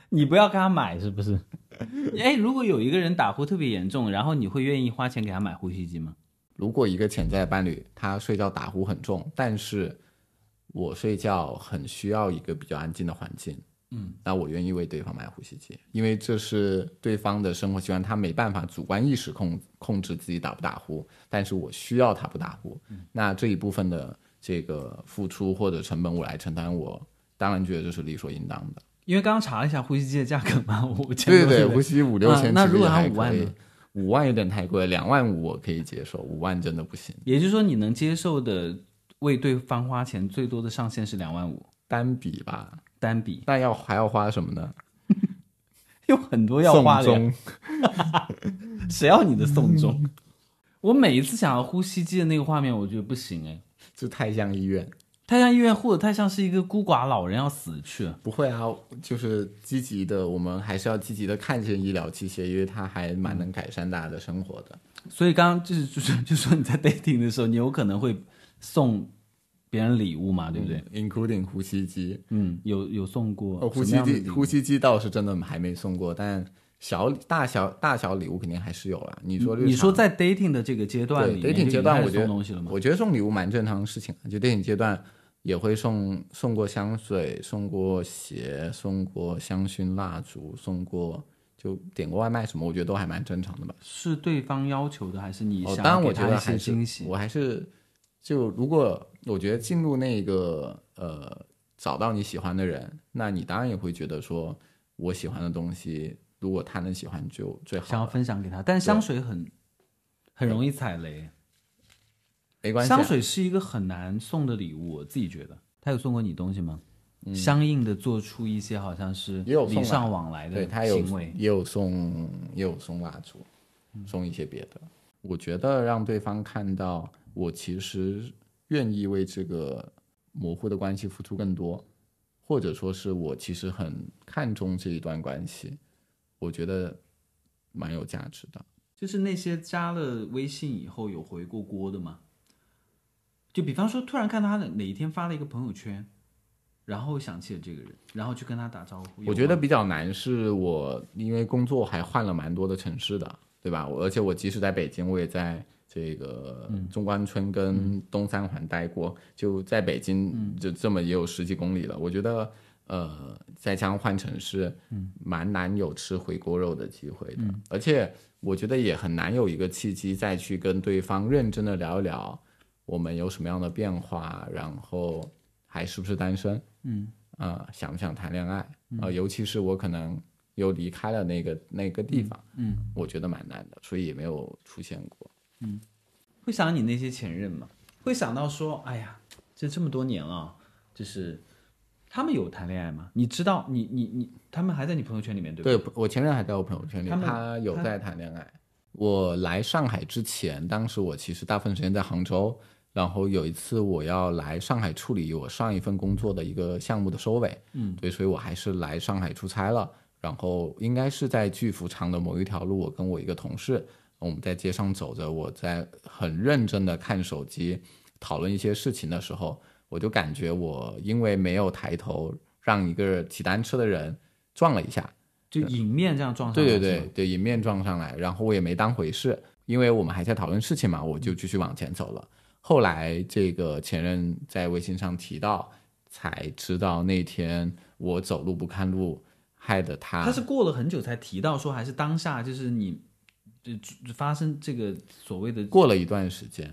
Speaker 5: 你不要跟他买是不是？
Speaker 3: 哎，如果有一个人打呼特别严重，然后你会愿意花钱给他买呼吸机吗？
Speaker 1: 如果一个潜在的伴侣他睡觉打呼很重，但是我睡觉很需要一个比较安静的环境，嗯，那我愿意为对方买呼吸机，因为这是对方的生活习惯，他没办法主观意识控控制自己打不打呼，但是我需要他不打呼，那这一部分的这个付出或者成本我来承担我，当然觉得这是理所应当的。
Speaker 3: 因为刚刚查了一下呼吸机的价格嘛， 我
Speaker 1: 对对对，啊呼吸五六千、
Speaker 3: 那
Speaker 1: 其实
Speaker 3: 如果
Speaker 1: 也
Speaker 3: 他
Speaker 1: 还
Speaker 3: 五万
Speaker 1: 可以
Speaker 3: 呢？
Speaker 1: 五万有点太贵，两万五我可以接受，五万真的不行。
Speaker 3: 也就是说，你能接受的为对方花钱最多的上限是两万五
Speaker 1: 单笔吧，
Speaker 3: 单笔，
Speaker 1: 那要还要花什么呢？
Speaker 3: 有很多要花的
Speaker 1: 送
Speaker 3: 呀，
Speaker 1: 终
Speaker 3: 谁要你的送终？ 我每一次想要呼吸机的那个画面，我觉得不行哎，
Speaker 1: 就太像医院。
Speaker 3: 太像医院护的，太像是一个孤寡老人要死去了。
Speaker 1: 不会啊，就是积极的，我们还是要积极的看见医疗器械，因为它还蛮能改善大家的生活的。
Speaker 3: 所以刚刚就是就是就说你在 dating 的时候，你有可能会送别人礼物啊嘛，对不对？
Speaker 1: 嗯，including 呼吸机，
Speaker 3: 嗯，有有送过
Speaker 1: 哦，呼
Speaker 3: 什么
Speaker 1: 吸
Speaker 3: 样的
Speaker 1: 机，
Speaker 3: 礼物
Speaker 1: 呼吸机倒是真的还没送过，但小大小大小礼物肯定还是有啦。你说日常
Speaker 3: 你说在 dating 的这个阶段
Speaker 1: 对
Speaker 3: 里面
Speaker 1: dating
Speaker 3: 就
Speaker 1: 阶段，
Speaker 3: 开始
Speaker 1: 我觉
Speaker 3: 送
Speaker 1: 得
Speaker 3: 东西了吗？
Speaker 1: 我觉得送礼物蛮正常的事情啊，就 dating 阶段也会送送过香水，送过鞋，送过香薰蜡烛，送过就点过外卖什么，我觉得都还蛮正常的吧。
Speaker 3: 是对方要求的，还是你
Speaker 1: 哦，
Speaker 3: 想
Speaker 1: 当然
Speaker 3: 要
Speaker 1: 我
Speaker 3: 给
Speaker 1: 觉
Speaker 3: 他
Speaker 1: 得
Speaker 3: 一
Speaker 1: 还是
Speaker 3: 些惊喜？
Speaker 1: 我还是就如果我觉得进入那个呃找到你喜欢的人，那你当然也会觉得说我喜欢的东西，如果他能喜欢就最
Speaker 3: 想
Speaker 1: 好
Speaker 3: 要
Speaker 1: 了，
Speaker 3: 分享给他，但香水很很容易踩雷。
Speaker 1: 没关系、啊。
Speaker 3: 香水是一个很难送的礼物，我自己觉得。他有送过你东西吗？相应的做出一些好像是
Speaker 1: 嗯也有送
Speaker 3: 礼
Speaker 1: 啊
Speaker 3: 尚往来的
Speaker 1: 对他有
Speaker 3: 行为。
Speaker 1: 也有送也有送蜡烛，
Speaker 3: 嗯
Speaker 1: 送一些别的。我觉得让对方看到我其实愿意为这个模糊的关系付出更多，或者说是我其实很看重这一段关系，我觉得蛮有价值的。
Speaker 3: 就是那些加了微信以后有回过锅的吗？就比方说，突然看到他哪一天发了一个朋友圈，然后想起了这个人，然后去跟他打招呼。
Speaker 1: 我觉得比较难是我因为工作还换了蛮多的城市的，对吧？我而且我即使在北京，我也在这个中关村跟东三环待过，就在北京就这么也有十几公里了。我觉得呃，再加上换城市，蛮难有吃回锅肉的机会的，而且我觉得也很难有一个契机再去跟对方认真的聊一聊我们有什么样的变化，然后还是不是单身。啊、想不想谈恋爱啊、呃尤其是我可能又离开了那个那个地方，嗯，我觉得蛮难的，所以也没有出现过。
Speaker 3: 会想你那些前任吗？会想到说，哎呀，这这么多年了，就是他们有谈恋爱吗？你知道，你你你，他们还在你朋友圈里面，对吧？
Speaker 1: 对我前任还在我朋友圈里，
Speaker 3: 他们
Speaker 1: 他有在谈恋爱。我来上海之前，当时我其实大部分时间在杭州，然后有一次我要来上海处理我上一份工作的一个项目的收尾，嗯，对，所以我还是来上海出差了。然后应该是在巨幅长的某一条路，我跟我一个同事，我们在街上走着，我在很认真的看手机，讨论一些事情的时候，我就感觉我因为没有抬头，让一个骑单车的人撞了一下，
Speaker 3: 就迎面这样撞上，
Speaker 1: 对对对，对，迎面撞上来，然后我也没当回事，因为我们还在讨论事情嘛，我就继续往前走了。后来这个前任在微信上提到，才知道那天我走路不看路，害得他
Speaker 3: 他是过了很久才提到说，还是当下就是你，就就发生这个所谓的
Speaker 1: 过了一段时间，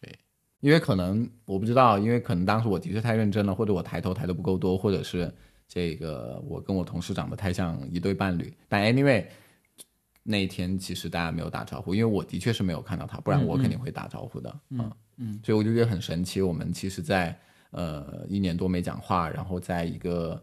Speaker 1: 对，因为可能我不知道，因为可能当时我的确太认真了，或者我抬头抬得不够多，或者是这个我跟我同事长得太像一对伴侣。但 anyway，那一天其实大家没有打招呼，因为我的确是没有看到他，不然我肯定会打招呼的。嗯嗯，所以我就觉得很神奇，我们其实在呃一年多没讲话，然后在一个。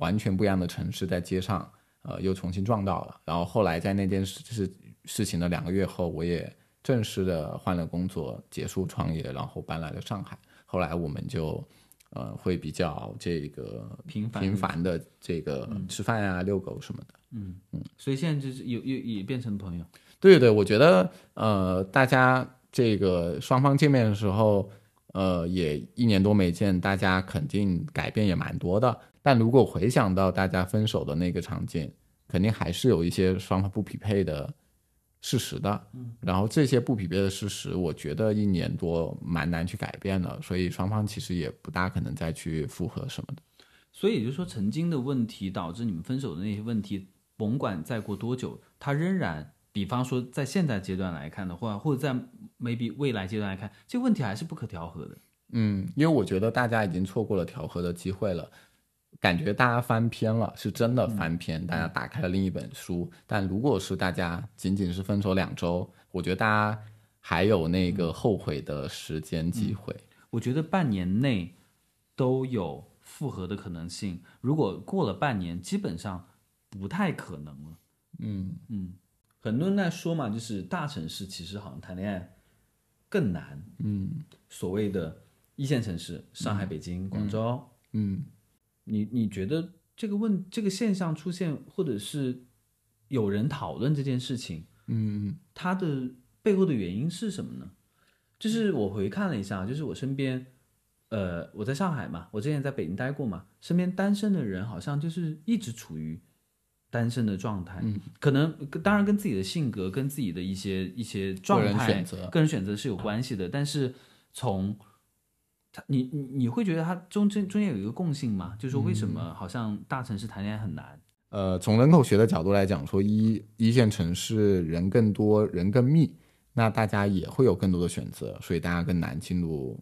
Speaker 1: 完全不一样的城市，在街上呃又重新撞到了。然后后来在那件事事事情的两个月后，我也正式的换了工作，结束创业，然后搬来了上海。后来我们就呃会比较这个
Speaker 3: 频繁嗯
Speaker 1: 频繁的这个吃饭啊、遛狗什么的。
Speaker 3: 所以现在就是有有也变成朋友，
Speaker 1: 对对，我觉得呃，大家这个双方见面的时候，呃，也一年多没见，大家肯定改变也蛮多的。但如果回想到大家分手的那个场景，肯定还是有一些双方不匹配的事实的。然后这些不匹配的事实，我觉得一年多蛮难去改变的，所以双方其实也不大可能再去复合什么的。
Speaker 3: 所以也就是说，曾经的问题导致你们分手的那些问题，甭管再过多久，它仍然，比方说在现在阶段来看的话，或者在 maybe 未来阶段来看，这个问题还是不可调和的。
Speaker 1: 嗯，因为我觉得大家已经错过了调和的机会了，感觉大家翻篇了，是真的翻篇，
Speaker 3: 嗯
Speaker 1: 大家打开了另一本书。但如果是大家仅仅是分手两周，我觉得大家还有那
Speaker 3: 嗯
Speaker 1: 个后悔的时间机会。
Speaker 3: 我觉得半年内都有复合的可能性，如果过了半年，基本上不太可能了。
Speaker 1: 嗯
Speaker 3: 很多人在说嘛，就是大城市其实好像谈恋爱更难。
Speaker 1: 嗯
Speaker 3: 所谓的一线城市，上海、北京、广州，
Speaker 1: 嗯，
Speaker 3: 你你觉得这个问这个现象出现，或者是有人讨论这件事情，嗯，它的背后的原因是什么呢？就是我回看了一下，就是我身边，呃，我在上海嘛，我之前在北京待过嘛，身边单身的人好像就是一直处于单身的状态，
Speaker 1: 嗯
Speaker 3: 可能当然跟自己的性格、跟自己的一些一些状态、
Speaker 1: 个人选择
Speaker 3: 个人选择是有关系的，但是从他你你你会觉得他中间中间有一个共性吗？就是说为什么好像大城市谈恋爱很难？
Speaker 1: 呃，从人口学的角度来讲，说一一线城市人更多，人更密，那大家也会有更多的选择，所以大家更难进入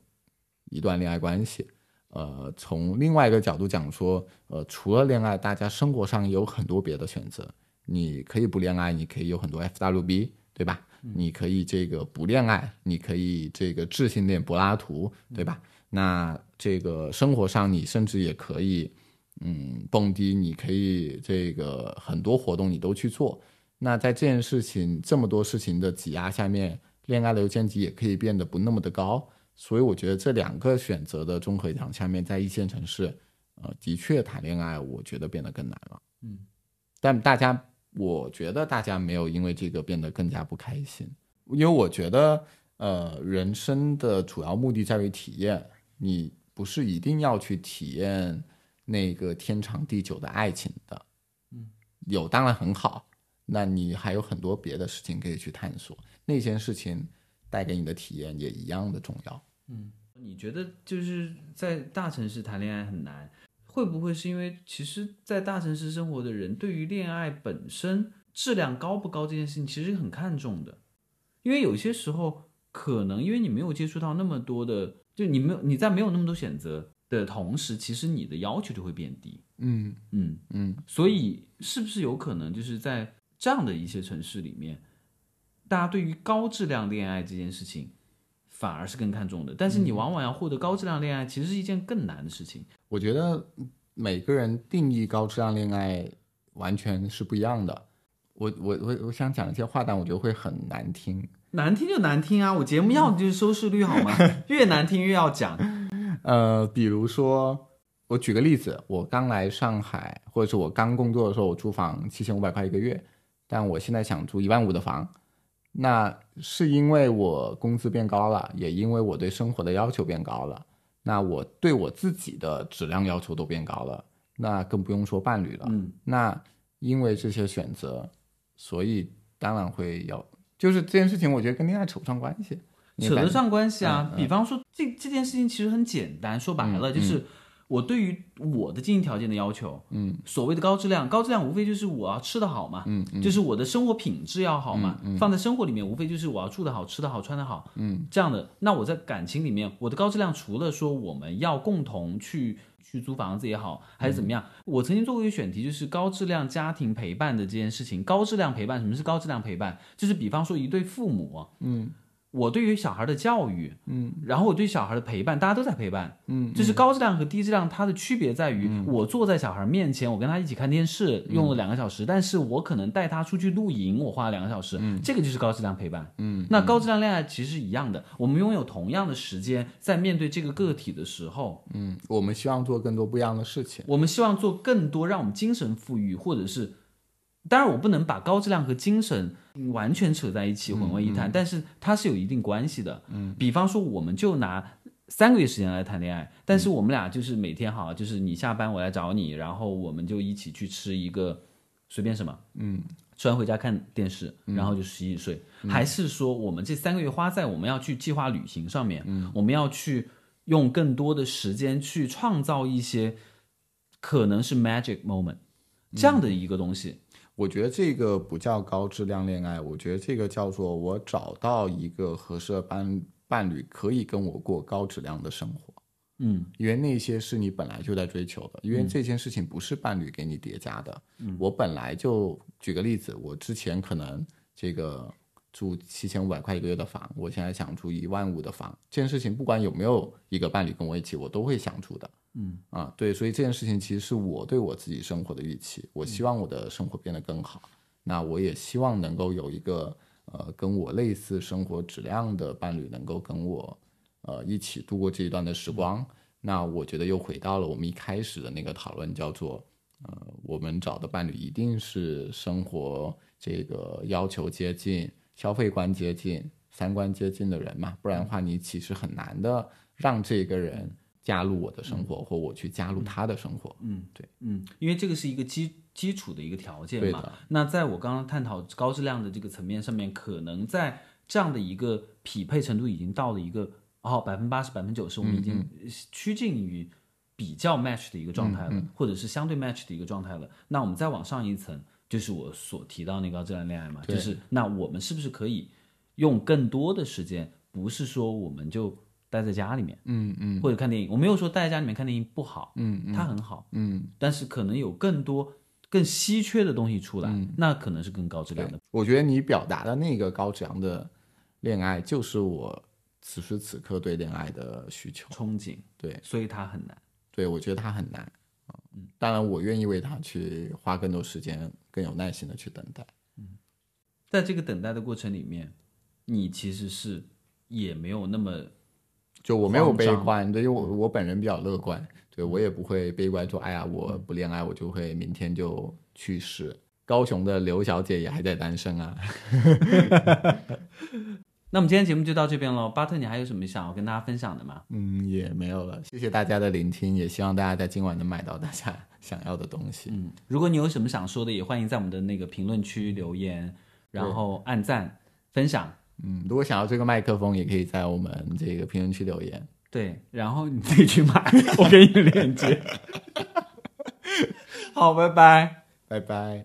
Speaker 1: 一段恋爱关系。呃，从另外一个角度讲说，呃，除了恋爱，大家生活上有很多别的选择。你可以不恋爱，你可以有很多 FWB，对吧？你可以这个不恋爱，你可以这个智性恋柏拉图，对吧？那这个生活上，你甚至也可以，嗯，蹦迪，你可以这个很多活动你都去做。那在这件事情这么多事情的挤压下面，恋爱的优先级也可以变得不那么的高。所以我觉得这两个选择的综合奖下面，在一线城市，呃，的确谈恋爱，我觉得变得更难了。
Speaker 3: 嗯，
Speaker 1: 但大家，我觉得大家没有因为这个变得更加不开心，因为我觉得，呃，人生的主要目的在于体验，你不是一定要去体验那个天长地久的爱情的。嗯，有当然很好，那你还有很多别的事情可以去探索，那些事情带给你的体验也一样的重要。
Speaker 3: 你觉得就是在大城市谈恋爱很难，会不会是因为其实，在大城市生活的人对于恋爱本身质量高不高这件事情，其实很看重的，因为有些时候可能因为你没有接触到那么多的，就你没有你在没有那么多选择的同时，其实你的要求就会变低。
Speaker 1: 嗯
Speaker 3: 嗯，
Speaker 1: 嗯，
Speaker 3: 所以是不是有可能就是在这样的一些城市里面，大家对于高质量恋爱这件事情反而是更看重的？但是你往往要获得高质量恋爱，其实是一件更难的事情。
Speaker 1: 我觉得每个人定义高质量恋爱完全是不一样的。我我我我想讲一些话，但我觉得会很难听。
Speaker 3: 难听就难听啊！我节目要的就是收视率好吗？越难听越要讲。
Speaker 1: 呃，比如说，我举个例子，我刚来上海，或者是我刚工作的时候，我租房七千五百块一个月，但我现在想租一万五的房，那是因为我工资变高了，也因为我对生活的要求变高了，那我对我自己的质量要求都变高了，那更不用说伴侣了。
Speaker 3: 嗯，
Speaker 1: 那因为这些选择，所以当然会要，就是这件事情，我觉得跟恋爱扯不上关系，你
Speaker 3: 扯
Speaker 1: 感
Speaker 3: 得上关系啊。比方说，这这件事情其实很简单，说白了、就是我对于我的经济条件的要求，嗯，所谓的高质量，高质量无非就是我要吃得好嘛，嗯，就是我的生活品质要好嘛，放在生活里面无非就是我要住得好、吃得好、穿得好，嗯，这样的。那我在感情里面，我的高质量除了说我们要共同去。去租房子也好，还是怎么样？我曾经做过一个选题，就是高质量家庭陪伴的这件事情。高质量陪伴，什么是高质量陪伴？就是比方说一对父母，我对于小孩的教育，嗯，然后我对小孩的陪伴，大家都在陪伴，
Speaker 1: 嗯，
Speaker 3: 就是高质量和低质量它的区别在于，我坐在小孩面前，我跟他一起看电视，
Speaker 1: 嗯
Speaker 3: 用了两个小时，但是我可能带他出去露营，我花了两个小时，这个就是高质量陪伴，
Speaker 1: 嗯，
Speaker 3: 那高质量恋爱其实一样的，我们拥有同样的时间，在面对这个个体的时候，
Speaker 1: 嗯，我们希望做更多不一样的事情。
Speaker 3: 我们希望做更多让我们精神富裕，或者是，当然我不能把高质量和精神完全扯在一起混为一谈，但是它是有一定关系的。嗯，比方说我们就拿。三个月时间来谈恋爱，但是我们俩就是每天好，就是你下班我来找你，然后我们就一起去吃一个随便什么，
Speaker 1: 嗯，
Speaker 3: 吃完回家看电视，然后就洗洗睡。还是说我们这三个月花在我们要去计划旅行上面，我们要去用更多的时间去创造一些可能是 magic moment 这样的一个东西。
Speaker 1: 我觉得这个不叫高质量恋爱，我觉得这个叫做我找到一个合适的伴伴侣，可以跟我过高质量的生活。
Speaker 3: 嗯
Speaker 1: 因为那些是你本来就在追求的，因为这件事情不是伴侣给你叠加的。我本来就举个例子，我之前可能这个住七千五百块一个月的房，我现在想住一万五的房，这件事情不管有没有一个伴侣跟我一起，我都会想住的。
Speaker 3: 嗯
Speaker 1: 啊，对，所以这件事情其实是我对我自己生活的预期，我希望我的生活变得更好，那我也希望能够有一个呃跟我类似生活质量的伴侣，能够跟我呃一起度过这一段的时光。那我觉得又回到了我们一开始的那个讨论，叫做呃，我们找的伴侣一定是生活这个要求接近、消费观接近、三观接近的人嘛，不然的话，你其实很难的让这个人加入我的生活，或我去加入他的生活。
Speaker 3: 嗯，
Speaker 1: 对，
Speaker 3: 嗯，因为这个是一个基基础的一个条件
Speaker 1: 对
Speaker 3: 嘛
Speaker 1: 的。
Speaker 3: 那在我刚刚探讨高质量的这个层面上面，可能在这样的一个匹配程度已经到了一个哦百分之八十、百分之九十，我们已
Speaker 1: 嗯
Speaker 3: 经趋近于比较 match 的一个状态了，
Speaker 1: 嗯
Speaker 3: 或者是相对 match 的一个状态了。那我们再往上一层，就是我所提到那个高质量恋爱嘛，
Speaker 1: 对
Speaker 3: 就是那我们是不是可以用更多的时间，不是说我们就待在家里面，
Speaker 1: 嗯嗯
Speaker 3: 或者看电影。我没有说待在家里面看电影不好，
Speaker 1: 嗯
Speaker 3: 它很好，
Speaker 1: 嗯，
Speaker 3: 但是可能有更多更稀缺的东西出来，
Speaker 1: 嗯
Speaker 3: 那可能是更高质量的。
Speaker 1: 我觉得你表达的那个高质量的恋爱，就是我此时此刻对恋爱的需求。
Speaker 3: 憧憬，
Speaker 1: 对，
Speaker 3: 所以它很难。
Speaker 1: 对，我觉得他很难。嗯，当然，我愿意为他去花更多时间，更有耐心的去等待。
Speaker 3: 在这个等待的过程里面，你其实是也没有那么
Speaker 1: 就我没有
Speaker 3: 慌
Speaker 1: 悲
Speaker 3: 张嗯
Speaker 1: 观，对，因为我我本人比较乐观，对我也不会悲观说，哎呀，我不恋爱，我就会明天就去世。高雄的刘小姐也还在单身啊，
Speaker 3: 那我们今天节目就到这边喽。巴特，你还有什么想要跟大家分享的吗？
Speaker 1: 嗯，也没有了。谢谢大家的聆听，也希望大家在今晚能买到大家 想要的东西。
Speaker 3: 嗯，如果你有什么想说的，也欢迎在我们的那个评论区留言，然后按赞、分享。
Speaker 1: 嗯，如果想要这个麦克风，也可以在我们这个评论区留言。
Speaker 3: 对，然后你自己去买， 我给你链接。好，拜拜。
Speaker 1: 拜拜。